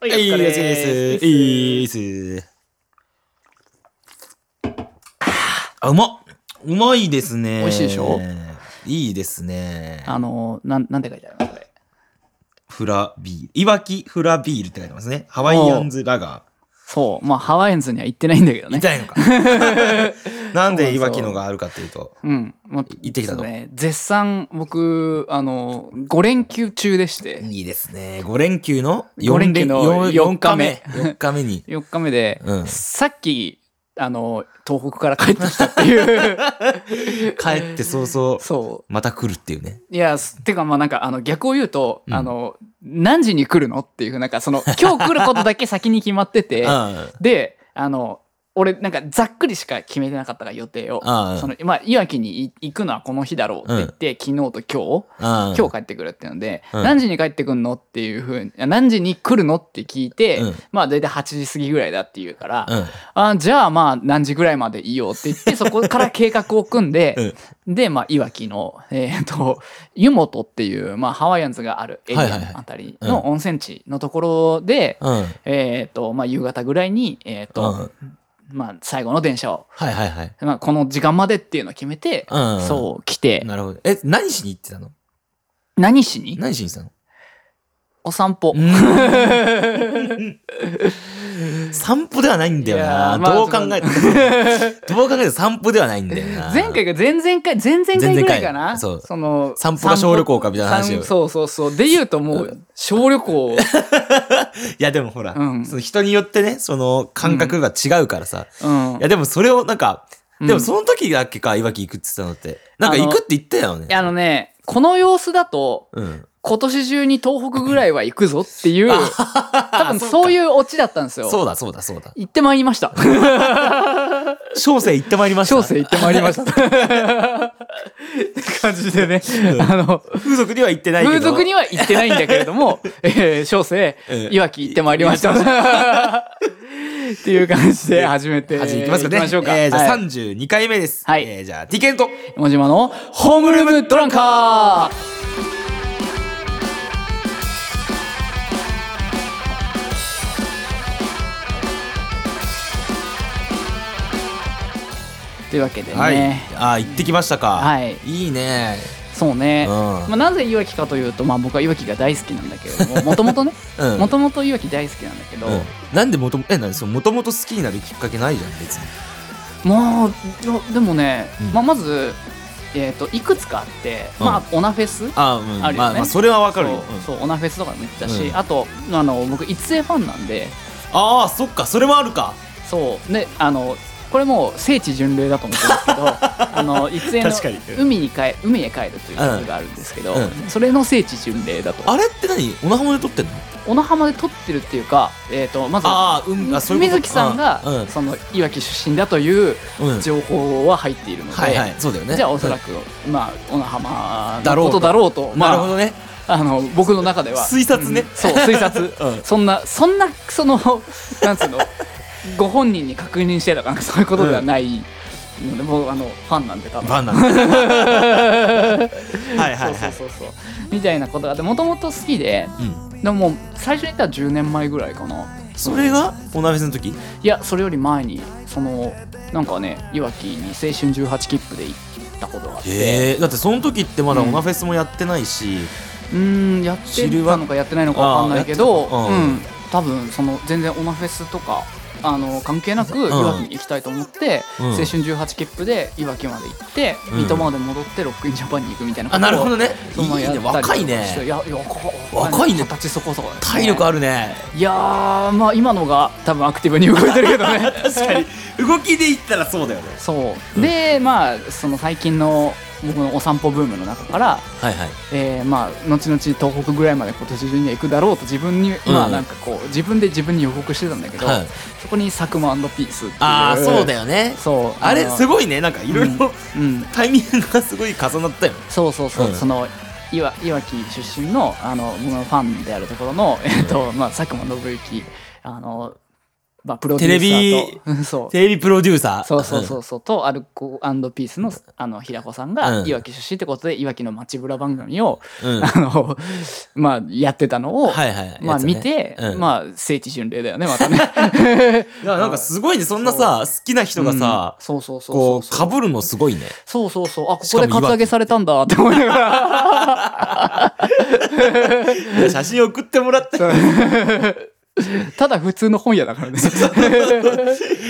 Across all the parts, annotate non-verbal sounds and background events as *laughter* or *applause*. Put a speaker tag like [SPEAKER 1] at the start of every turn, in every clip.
[SPEAKER 1] はい、
[SPEAKER 2] い、
[SPEAKER 1] お疲
[SPEAKER 2] お疲
[SPEAKER 1] れ
[SPEAKER 2] れ
[SPEAKER 1] っす
[SPEAKER 2] です。いいです。あ、うまっうまいですね。
[SPEAKER 1] 美味しいでしょ
[SPEAKER 2] いいですね。
[SPEAKER 1] あの、なん、なんて書いてあるのこれ。
[SPEAKER 2] フラビール。いわきフラビールって書いてますね。ハワイアンズラガ
[SPEAKER 1] そう。まあ、ハワイアンズには行ってないんだけど
[SPEAKER 2] ー。
[SPEAKER 1] ね。
[SPEAKER 2] 痛い
[SPEAKER 1] *laughs*
[SPEAKER 2] のか。なんでいわきのがあるかというと。
[SPEAKER 1] うん。まあ、
[SPEAKER 2] 行ってきたと
[SPEAKER 1] そうね。絶賛、僕、あの、5連休中でして、
[SPEAKER 2] いいですね。5連休の
[SPEAKER 1] 五連休の
[SPEAKER 2] 4
[SPEAKER 1] 四
[SPEAKER 2] 日
[SPEAKER 1] 日
[SPEAKER 2] 目
[SPEAKER 1] 目。
[SPEAKER 2] 4日目に。
[SPEAKER 1] 4日目で、
[SPEAKER 2] うん
[SPEAKER 1] さっき、あの、東北から帰ってきたって *laughs* いう。
[SPEAKER 2] 帰って早々、
[SPEAKER 1] そ
[SPEAKER 2] また来るっていうね。
[SPEAKER 1] う。いや、すてか、まあ、なんか、あの、逆を言うと、
[SPEAKER 2] うん
[SPEAKER 1] あの、何時に来るのっていう、なんか、その、今日来ることだけ先に決まって *laughs* て、
[SPEAKER 2] あ
[SPEAKER 1] であの俺なんかざっくりしか決めてなかったから予定を
[SPEAKER 2] ああ
[SPEAKER 1] そのまあいわきにい行くのはこの日だろうって言って、昨日と
[SPEAKER 2] あ
[SPEAKER 1] 今日今日帰ってくるっていうので、
[SPEAKER 2] うん
[SPEAKER 1] 何時に帰ってくんのっていうふうに何時に来るのって聞いて、
[SPEAKER 2] うん
[SPEAKER 1] まあ大体8時過ぎぐらいだって言うから、
[SPEAKER 2] うん。
[SPEAKER 1] あじゃあまあ何時ぐらいまでいいよって言っ
[SPEAKER 2] *laughs*
[SPEAKER 1] てそこから計画を組んで、でまあいわきのえっ、と湯本っていう、まあ、ハワイアンズがあるエリアのあたり
[SPEAKER 2] はいはいはい
[SPEAKER 1] の温泉地のところで、
[SPEAKER 2] うん。
[SPEAKER 1] えっ、と、まあ、夕方ぐらいに、えっ、と、
[SPEAKER 2] うん
[SPEAKER 1] まあ、最後の電車を、
[SPEAKER 2] はいはいはい。
[SPEAKER 1] まあ、この時間までっていうのを決めて、
[SPEAKER 2] うん
[SPEAKER 1] そう、来て、
[SPEAKER 2] なるほど。え、何しに行ってたの
[SPEAKER 1] 何しに
[SPEAKER 2] 何しに行ってたの
[SPEAKER 1] お散歩。
[SPEAKER 2] 散歩ではないんだよ
[SPEAKER 1] いや
[SPEAKER 2] な。
[SPEAKER 1] ーまあ
[SPEAKER 2] どう考えて *laughs* も、どう考えても散歩ではないんだよ
[SPEAKER 1] *laughs* *laughs*
[SPEAKER 2] な。
[SPEAKER 1] 前回が前々回、前々回ぐらいか
[SPEAKER 2] 前々
[SPEAKER 1] な
[SPEAKER 2] 回そう
[SPEAKER 1] の、
[SPEAKER 2] 散歩が小旅行かみたいな話を
[SPEAKER 1] 散そうそうそう。で言うともう、小旅
[SPEAKER 2] *laughs*
[SPEAKER 1] 行、
[SPEAKER 2] いやでもほら、
[SPEAKER 1] うん
[SPEAKER 2] その人によってね、その感覚が違うからさ。
[SPEAKER 1] うん。
[SPEAKER 2] いやでもそれをなんか、でも
[SPEAKER 1] うん
[SPEAKER 2] その時だけか、いわき行くって言ってたのって。なんか行くって言ってたよね
[SPEAKER 1] い。やあのね、この様子だと、
[SPEAKER 2] うん。
[SPEAKER 1] 今年中に東北ぐらいは行くぞっていう、多分そういうオチだったんですよ。
[SPEAKER 2] そうだそうだそうだ。
[SPEAKER 1] 行ってまいりま
[SPEAKER 2] *laughs*
[SPEAKER 1] した。
[SPEAKER 2] 小生行ってまいりました。
[SPEAKER 1] 小生行ってまいり
[SPEAKER 2] *laughs*
[SPEAKER 1] ました。って感じでね、あの、
[SPEAKER 2] 風俗には行ってないけど。
[SPEAKER 1] 風俗には行ってないんだけれど
[SPEAKER 2] *laughs*
[SPEAKER 1] も、えー、小生
[SPEAKER 2] う、ん
[SPEAKER 1] いわき行ってまいりました。っていう感じで始めて。
[SPEAKER 2] 始めてますかね。
[SPEAKER 1] 行きましょうか。
[SPEAKER 2] えーじゃあ
[SPEAKER 1] はい
[SPEAKER 2] 32回目です。
[SPEAKER 1] はい
[SPEAKER 2] えーじゃあ、ティケント。
[SPEAKER 1] 山島のホームルームドランカーというわけでね、
[SPEAKER 2] はい。あー、行ってきましたか。
[SPEAKER 1] はい
[SPEAKER 2] いいね。
[SPEAKER 1] そうね、
[SPEAKER 2] う
[SPEAKER 1] ま
[SPEAKER 2] ん
[SPEAKER 1] あ、なぜいわきかというと、まあ、僕はいわきが大好きなんだけれどももともとね
[SPEAKER 2] *laughs* うん
[SPEAKER 1] もともといわき大好きなんだけど、
[SPEAKER 2] うんなんでもとも、え、なんでそのもともと好きになるきっかけないじゃん、別に。
[SPEAKER 1] まあいやでもね、
[SPEAKER 2] うん
[SPEAKER 1] まあ、まず、えー、といくつかあって、
[SPEAKER 2] うん
[SPEAKER 1] まあ、オナフェス
[SPEAKER 2] あー、うん。
[SPEAKER 1] あるよね
[SPEAKER 2] まあ、まあ、それはわかるよ。
[SPEAKER 1] そう
[SPEAKER 2] うん
[SPEAKER 1] そうオナフェスとかも行ったし、
[SPEAKER 2] うん
[SPEAKER 1] あとあの僕一世ファンなんで
[SPEAKER 2] ああ、そっか、それもあるか。
[SPEAKER 1] そうねあのこれもう聖地巡礼だと思ってますけど
[SPEAKER 2] *laughs*
[SPEAKER 1] あの一世の
[SPEAKER 2] 確かにうん
[SPEAKER 1] 海に帰海へ帰るという曲があるんですけど、
[SPEAKER 2] うん
[SPEAKER 1] それの聖地巡礼だと
[SPEAKER 2] あれって何お腹まで撮ってんの
[SPEAKER 1] 小名浜で撮ってるっていうか、えー、とまず
[SPEAKER 2] あーうんあそういうこと
[SPEAKER 1] 水木さんが、
[SPEAKER 2] うんうん
[SPEAKER 1] そのいわき出身だという
[SPEAKER 2] うん
[SPEAKER 1] 情報は入っているので、
[SPEAKER 2] はいはい、そうだよね。
[SPEAKER 1] じゃあおそら
[SPEAKER 2] く。
[SPEAKER 1] く、まあ、小名浜
[SPEAKER 2] だろ
[SPEAKER 1] の
[SPEAKER 2] うと
[SPEAKER 1] ことだろうと
[SPEAKER 2] なるほど
[SPEAKER 1] ま
[SPEAKER 2] ね。
[SPEAKER 1] あ、あの僕の中では
[SPEAKER 2] 推察ね、
[SPEAKER 1] うんそう推察
[SPEAKER 2] *laughs* うん
[SPEAKER 1] そんなそんなそのなんつうのご本人に確認してとかなんかそういうことではないので、僕あのファンなんで多分
[SPEAKER 2] バ *laughs* ナナ。はいはい
[SPEAKER 1] そう
[SPEAKER 2] はい。
[SPEAKER 1] そうそうそうみたいなことがあってもともと好きで
[SPEAKER 2] うん。
[SPEAKER 1] でももう最初に言ったら10年前ぐらいかな
[SPEAKER 2] それが、お鍋の時
[SPEAKER 1] いやそれより前にそのなんかねいわきに青春18切符で行ったことがあって
[SPEAKER 2] ええ、だってその時ってまだ
[SPEAKER 1] う
[SPEAKER 2] オ
[SPEAKER 1] ん
[SPEAKER 2] ナフェスもやってないし、
[SPEAKER 1] うーんやってたのかやってないのかわかんないけ
[SPEAKER 2] あ
[SPEAKER 1] ど、
[SPEAKER 2] ーやって
[SPEAKER 1] う
[SPEAKER 2] たうん
[SPEAKER 1] ん、多分その全然オナフェスとかあの関係なくい
[SPEAKER 2] ん
[SPEAKER 1] わきに行きたいと思って、
[SPEAKER 2] うん
[SPEAKER 1] 青春18切符でいわきまで行って、
[SPEAKER 2] うん
[SPEAKER 1] 三笘まで戻ってロックインジャパンに行くみたいなこと
[SPEAKER 2] あ、
[SPEAKER 1] を
[SPEAKER 2] なるほどね。い
[SPEAKER 1] そのまま
[SPEAKER 2] い
[SPEAKER 1] やった
[SPEAKER 2] ね、
[SPEAKER 1] りとか
[SPEAKER 2] 若い
[SPEAKER 1] してい
[SPEAKER 2] ね。
[SPEAKER 1] やいやこ
[SPEAKER 2] 若いね
[SPEAKER 1] 二十歳そこそこ、ね、
[SPEAKER 2] 体力あるね。
[SPEAKER 1] いやーまあ今のが多分アクティブに動いてるけどね
[SPEAKER 2] *laughs* 確かに動きで言ったらそうだよね
[SPEAKER 1] そうでまあその最近の僕のお散歩ブームの中から、
[SPEAKER 2] はいはい
[SPEAKER 1] えーまあ後々東北ぐらいまで今年中には行くだろうと自分に
[SPEAKER 2] う
[SPEAKER 1] 今
[SPEAKER 2] ん
[SPEAKER 1] なんかこう自分で自分に予告してたんだけど、
[SPEAKER 2] はい
[SPEAKER 1] そこに「佐久間ピース」っていう
[SPEAKER 2] ああそうだよね
[SPEAKER 1] そう
[SPEAKER 2] あれ
[SPEAKER 1] の
[SPEAKER 2] すごいねなんかいろいろ
[SPEAKER 1] うん
[SPEAKER 2] *laughs* タイミングがすごい重なっ
[SPEAKER 1] *laughs*
[SPEAKER 2] たよね
[SPEAKER 1] そうそうそう、
[SPEAKER 2] うん
[SPEAKER 1] そのいわいわき出身のあの僕のファンであるところの、えっとまあ、佐久間信行あのまあ、プロデューサーと、うんそう
[SPEAKER 2] テレビプロデューサー。
[SPEAKER 1] そうそうそうそうとアルコピースのあの平子さんが
[SPEAKER 2] うん
[SPEAKER 1] いわき出身ってことでいわきの街ぶら番組を、
[SPEAKER 2] うん。うん。は
[SPEAKER 1] あの *laughs* まあやってたのを、
[SPEAKER 2] いはい。
[SPEAKER 1] まあ
[SPEAKER 2] やつね
[SPEAKER 1] 見て、
[SPEAKER 2] うん
[SPEAKER 1] まあ聖地巡礼だよねまたね。
[SPEAKER 2] *laughs* いや、なんかすごいね。そんなさ、好きな人がさ、
[SPEAKER 1] うんそうそうそう
[SPEAKER 2] こう、
[SPEAKER 1] そう
[SPEAKER 2] かぶるのすごいね。
[SPEAKER 1] そうそうそうあこ
[SPEAKER 2] し
[SPEAKER 1] こ
[SPEAKER 2] かも
[SPEAKER 1] でカツアゲされたんだって思いながら
[SPEAKER 2] いや写真送ってもらった。
[SPEAKER 1] ただ普通の本屋だから
[SPEAKER 2] *laughs*
[SPEAKER 1] ね。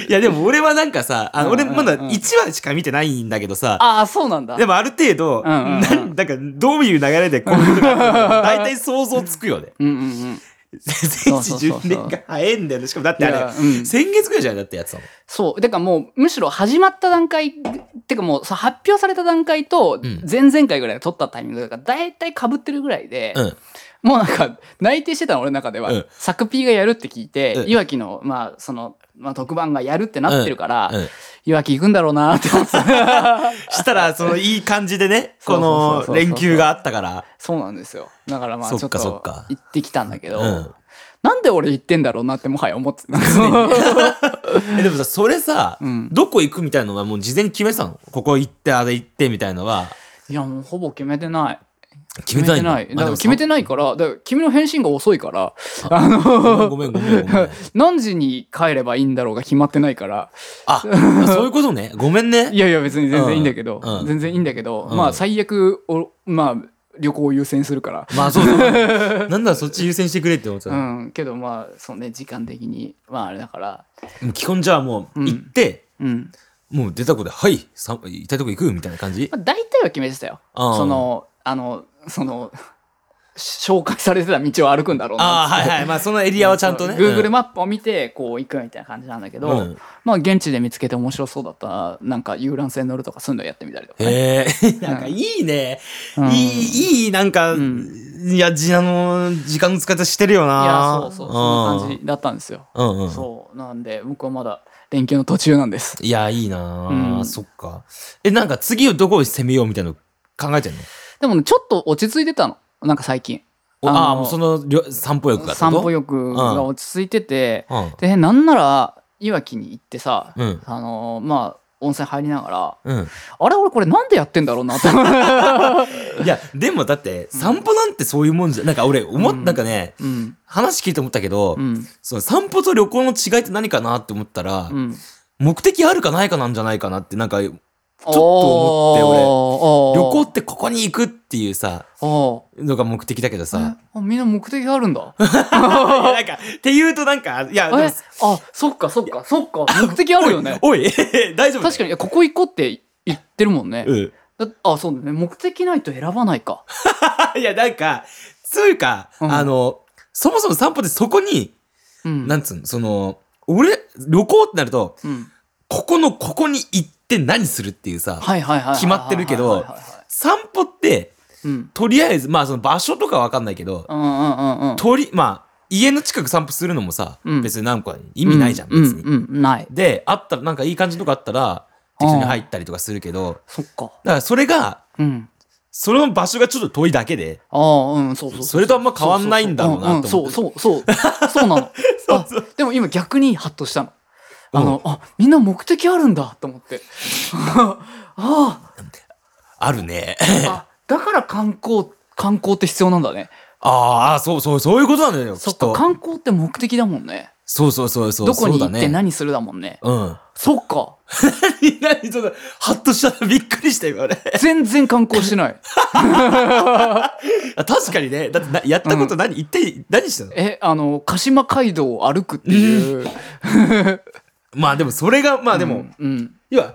[SPEAKER 2] いや、でも俺はなんかさ、あの、俺
[SPEAKER 1] うんうん
[SPEAKER 2] まだ
[SPEAKER 1] うん
[SPEAKER 2] 1話しか見てないんだけどさ、
[SPEAKER 1] *laughs* ああそうなんだ。
[SPEAKER 2] でもある程
[SPEAKER 1] う
[SPEAKER 2] 度、
[SPEAKER 1] んうんうん
[SPEAKER 2] なんなんかどういう流れでこうい
[SPEAKER 1] *laughs*
[SPEAKER 2] うことがあったのか大体想像つくよね。
[SPEAKER 1] うんうんうん、
[SPEAKER 2] *laughs* 全
[SPEAKER 1] うそ
[SPEAKER 2] 治
[SPEAKER 1] うそう
[SPEAKER 2] 巡
[SPEAKER 1] そう
[SPEAKER 2] 礼が早いんだよね。しかもだって
[SPEAKER 1] い
[SPEAKER 2] あ
[SPEAKER 1] や
[SPEAKER 2] れ、
[SPEAKER 1] うん
[SPEAKER 2] 先月ぐらいじゃないだってやつだもん。
[SPEAKER 1] そう。だからもう、むしろ始まった段階、ってかもうさ、発表された段階と
[SPEAKER 2] ん、
[SPEAKER 1] 前々回ぐらい撮ったタイミングが、だいたい被ってるぐらいで、
[SPEAKER 2] うん。
[SPEAKER 1] もうなんか、内定してたの俺の中では、
[SPEAKER 2] うん
[SPEAKER 1] 作 P がやるって聞いて、
[SPEAKER 2] うん
[SPEAKER 1] いわきの、まあ、その、まあ、特番がやるってなってるから、
[SPEAKER 2] うんうん
[SPEAKER 1] いわき行くんだろうなって思ってた。
[SPEAKER 2] したら、そのいい感じでね、こ
[SPEAKER 1] *laughs* そうそうそうそう
[SPEAKER 2] の
[SPEAKER 1] そう
[SPEAKER 2] 連休があったから。
[SPEAKER 1] そうなんですよ。だからまあ、ち
[SPEAKER 2] そ
[SPEAKER 1] ょっ
[SPEAKER 2] っか
[SPEAKER 1] と、
[SPEAKER 2] そっか
[SPEAKER 1] 行ってきたんだけど、
[SPEAKER 2] うん
[SPEAKER 1] なんで俺行ってんだろうなってもはや思ってた。
[SPEAKER 2] えでもさ、それさ、
[SPEAKER 1] うん
[SPEAKER 2] どこ行くみたいなのはもう事前に決めてたのここ行って、あれ行ってみたいなのは。
[SPEAKER 1] いや、もうほぼ決めてない。
[SPEAKER 2] 決めたいん
[SPEAKER 1] だから決めて
[SPEAKER 2] ない
[SPEAKER 1] ないから、だから君の返信が遅いから、あ
[SPEAKER 2] まあでもさ
[SPEAKER 1] の、 *laughs*
[SPEAKER 2] ごめんごめんごめんごめん。
[SPEAKER 1] 何時に帰ればいいんだろうが決まってないから、
[SPEAKER 2] あ、そういうことね。ごめんね。
[SPEAKER 1] いやいや別に全然いいんだけど、
[SPEAKER 2] うんうん
[SPEAKER 1] 全然いいんだけど、
[SPEAKER 2] うん
[SPEAKER 1] まあ最悪お、まあ旅行を優先するから。
[SPEAKER 2] まあそうそう。
[SPEAKER 1] *laughs*
[SPEAKER 2] なんならそっち優先してくれって思ってた。
[SPEAKER 1] う
[SPEAKER 2] も
[SPEAKER 1] ん、けどまあそうね時間的にまああれだから
[SPEAKER 2] う基本じゃあもう
[SPEAKER 1] うん
[SPEAKER 2] 行って、
[SPEAKER 1] うん、
[SPEAKER 2] もう出たことで、はい、さ行きたいとこ行くみたいな感じ
[SPEAKER 1] まあ、大体は決めてたよ
[SPEAKER 2] あー
[SPEAKER 1] そのあのその紹介されてた道を歩くんだろうな
[SPEAKER 2] ああ、はいはい。まあそのエリアはちゃんとね。
[SPEAKER 1] Google
[SPEAKER 2] も。
[SPEAKER 1] マップを見てこう行くみたいな感じなんだけど、
[SPEAKER 2] うん
[SPEAKER 1] まあ現地で見つけて面白そうだったらなんか遊覧船乗るとかそういうのやってみたりとかね、
[SPEAKER 2] へえ、 *laughs* なんかいいね。
[SPEAKER 1] うん
[SPEAKER 2] いい、いい、なんか、いや、じ、あの、時間の使い方してるよ
[SPEAKER 1] いや
[SPEAKER 2] な。
[SPEAKER 1] そうそうそんな感じだったんですよ、
[SPEAKER 2] うんうんうん。
[SPEAKER 1] そうなんで僕はまだ連休の途中なんです
[SPEAKER 2] いや、いいな、
[SPEAKER 1] うん
[SPEAKER 2] そっか。え、なんか次をどこを攻めようみたいなの考えてんの
[SPEAKER 1] でもねちょっと落ち着いてたのなんか最近
[SPEAKER 2] おああ、もう
[SPEAKER 1] の
[SPEAKER 2] そのりょ散歩欲がってこと
[SPEAKER 1] 散歩欲が落ち着いてて、
[SPEAKER 2] うん
[SPEAKER 1] でなんならいわきに行ってさ、
[SPEAKER 2] うん
[SPEAKER 1] あのーまあ温泉入りながら
[SPEAKER 2] うん。
[SPEAKER 1] あれ俺これなんでやってんだろうな
[SPEAKER 2] *laughs*
[SPEAKER 1] って
[SPEAKER 2] いや、でもだって、散歩なんてそういうもんじゃ、なんか俺、思っ、
[SPEAKER 1] うん
[SPEAKER 2] なんかね、
[SPEAKER 1] うん
[SPEAKER 2] 話聞いて思ったけど、
[SPEAKER 1] うん
[SPEAKER 2] その散歩と旅行の違いって何かなって思ったら、
[SPEAKER 1] うん
[SPEAKER 2] 目的あるかないかなんじゃないかなって、なんか、
[SPEAKER 1] ち
[SPEAKER 2] 旅ょっと思って俺行
[SPEAKER 1] 思
[SPEAKER 2] ってここに行くっていうさ、
[SPEAKER 1] 行
[SPEAKER 2] のが目的だけどさ、
[SPEAKER 1] あみんな目的があるんだ。
[SPEAKER 2] いや *laughs* なんか、っていうとなんか、いや、
[SPEAKER 1] え
[SPEAKER 2] でも
[SPEAKER 1] あそっかそっかそっか目的あるよ
[SPEAKER 2] *laughs*
[SPEAKER 1] ね。
[SPEAKER 2] おい、大丈夫
[SPEAKER 1] 確かにいやここ行こうって言ってるもんね。
[SPEAKER 2] に。う
[SPEAKER 1] だ
[SPEAKER 2] ん。
[SPEAKER 1] あそうだね目的ないと選ばないか。
[SPEAKER 2] いや、なんか、そういうか、
[SPEAKER 1] うん
[SPEAKER 2] あの、そもそも散歩ってそこに、
[SPEAKER 1] うん。
[SPEAKER 2] なんつうの、その、俺、旅行ってなると、
[SPEAKER 1] うん
[SPEAKER 2] ここの、ここに行って何するっていうさ、
[SPEAKER 1] はいはいはいはい。
[SPEAKER 2] 決まってるけど
[SPEAKER 1] はいはいはいはい
[SPEAKER 2] 散歩って、
[SPEAKER 1] うん
[SPEAKER 2] とりあえず、まあその場所とかわかんないけど、
[SPEAKER 1] うんうんうんうん。
[SPEAKER 2] とり、まあ、家の近く散歩するのもさ、
[SPEAKER 1] うん
[SPEAKER 2] 別に何個か意味ないじゃん、
[SPEAKER 1] うん
[SPEAKER 2] 別に。
[SPEAKER 1] うんうんない。
[SPEAKER 2] で、あったら、なんかいい感じのとかあったら、適当に入ったりとかするけど、
[SPEAKER 1] そっか。
[SPEAKER 2] だからそれが、
[SPEAKER 1] うん。
[SPEAKER 2] その場所がちょっと遠いだけで、
[SPEAKER 1] ああうんそうそうう。
[SPEAKER 2] それとあんま変わんないんだろうなと
[SPEAKER 1] そう
[SPEAKER 2] 思って
[SPEAKER 1] そうそううんうんそうそうそう
[SPEAKER 2] *laughs*
[SPEAKER 1] なの。あでも今逆にハッとしたの。あの、あみんな目的あるんだと思って。 *laughs* ああ。
[SPEAKER 2] あるね。 *laughs*
[SPEAKER 1] あだから観光観光って必要なんだね。
[SPEAKER 2] ああ、そうそう、そういうことなんだよ、き
[SPEAKER 1] そっ
[SPEAKER 2] っ
[SPEAKER 1] か
[SPEAKER 2] と。
[SPEAKER 1] 観光って目的だもんね。
[SPEAKER 2] そうそうそうそう。
[SPEAKER 1] どこに行
[SPEAKER 2] そう
[SPEAKER 1] っ
[SPEAKER 2] だ
[SPEAKER 1] て
[SPEAKER 2] ね
[SPEAKER 1] 何するだもんね。
[SPEAKER 2] うん。 *laughs*
[SPEAKER 1] そっか
[SPEAKER 2] 何、何、ちょっと、ハッとした。びっくりしたよ、俺。
[SPEAKER 1] 全然観光してない。 *laughs*
[SPEAKER 2] あ *laughs* 確かにね。だってな、やったこと何、一体何したの
[SPEAKER 1] えあの鹿島街道を歩くっていう。
[SPEAKER 2] まあでも、それが、まあでも、
[SPEAKER 1] うん、
[SPEAKER 2] 要は、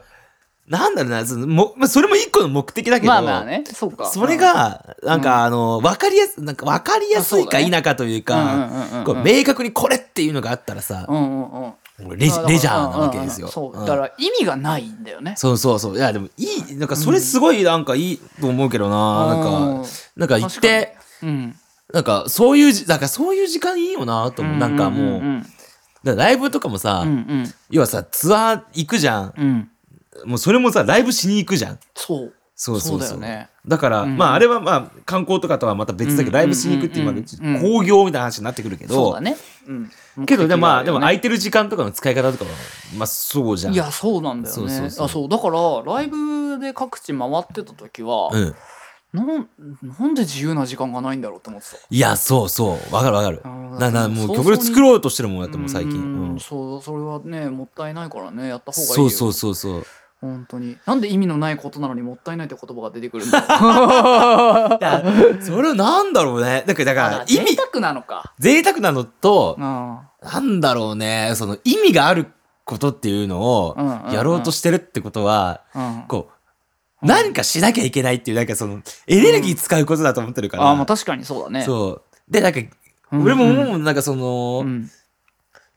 [SPEAKER 2] なんだろうな、そのもまあ、それも一個の目的だけど、
[SPEAKER 1] まあまあねそうか。
[SPEAKER 2] それが、なんか、あの、わかりやす、なんか、わかりやすいか否かという
[SPEAKER 1] あそうだねうんうんうんう
[SPEAKER 2] か、
[SPEAKER 1] ん
[SPEAKER 2] こう明確にこれっていうのがあったらさ
[SPEAKER 1] う、んうんうん。
[SPEAKER 2] レジ
[SPEAKER 1] まあだから
[SPEAKER 2] レジャーなわけですよ。
[SPEAKER 1] うんうんうんそううんだから意味がないんだよね。
[SPEAKER 2] そうそうそう。いや、でもいい、なんかそれすごいなんかいいと思うけどな、
[SPEAKER 1] うん
[SPEAKER 2] なんか、なんか行っ
[SPEAKER 1] 確かに
[SPEAKER 2] て、
[SPEAKER 1] うん。
[SPEAKER 2] なんかそういうじ、なんかそういう時間いいよなと思う。なんかもう、
[SPEAKER 1] うんうん
[SPEAKER 2] だからライブとかもさ、
[SPEAKER 1] うんうん
[SPEAKER 2] 要はさ、ツアー行くじゃん。
[SPEAKER 1] うん。
[SPEAKER 2] もうそれもさ、ライブしに行くじゃん。
[SPEAKER 1] そう。
[SPEAKER 2] そうそう
[SPEAKER 1] だ
[SPEAKER 2] そ
[SPEAKER 1] よ
[SPEAKER 2] う。
[SPEAKER 1] ね。
[SPEAKER 2] だから、
[SPEAKER 1] うん
[SPEAKER 2] まああれはまあ観光とかとはまた別だけど、ライブしに行くっていう、まあ
[SPEAKER 1] うんうん
[SPEAKER 2] 別
[SPEAKER 1] うん
[SPEAKER 2] に工業みたいな話になってくるけど、
[SPEAKER 1] そうだね。うん
[SPEAKER 2] けどでもまあ、で
[SPEAKER 1] 目的が
[SPEAKER 2] も空いてる時間とかの使い方とかは、まあそうじゃ
[SPEAKER 1] るよね
[SPEAKER 2] ん。
[SPEAKER 1] いや、そうなんだよね。
[SPEAKER 2] そうそうそう
[SPEAKER 1] あそうだから、ライブで各地回ってた時は、
[SPEAKER 2] うん。
[SPEAKER 1] なんなんで自由な時間がないんだろうと思ってた。
[SPEAKER 2] いや、そうそう。わかるわかる。な、な、もう曲
[SPEAKER 1] で
[SPEAKER 2] で作ろうとしてるもんだってもう最近。
[SPEAKER 1] う
[SPEAKER 2] うん
[SPEAKER 1] ん、そうそれはねもったいないからねやった方がいいよ
[SPEAKER 2] そうそうそう
[SPEAKER 1] *laughs*
[SPEAKER 2] そう。
[SPEAKER 1] 本当になんで意味のないことなのにもったいないって言葉が出てくるんだろう
[SPEAKER 2] それはなんだろうね。だから、だか
[SPEAKER 1] あ
[SPEAKER 2] ら意
[SPEAKER 1] 贅
[SPEAKER 2] 味、
[SPEAKER 1] 沢なのか
[SPEAKER 2] 贅沢なのと、
[SPEAKER 1] うん
[SPEAKER 2] なんだろうね、その意味があることっていうのを
[SPEAKER 1] うんうんうん
[SPEAKER 2] やろうとしてるってことは、
[SPEAKER 1] うん
[SPEAKER 2] こう、何かしなきゃいけないっていう、なんかその、エネルギー使うことだと思ってるから。
[SPEAKER 1] あまあ確かにそうだね
[SPEAKER 2] そう。で、なんか、
[SPEAKER 1] うん
[SPEAKER 2] 俺ももうなんかその、
[SPEAKER 1] うん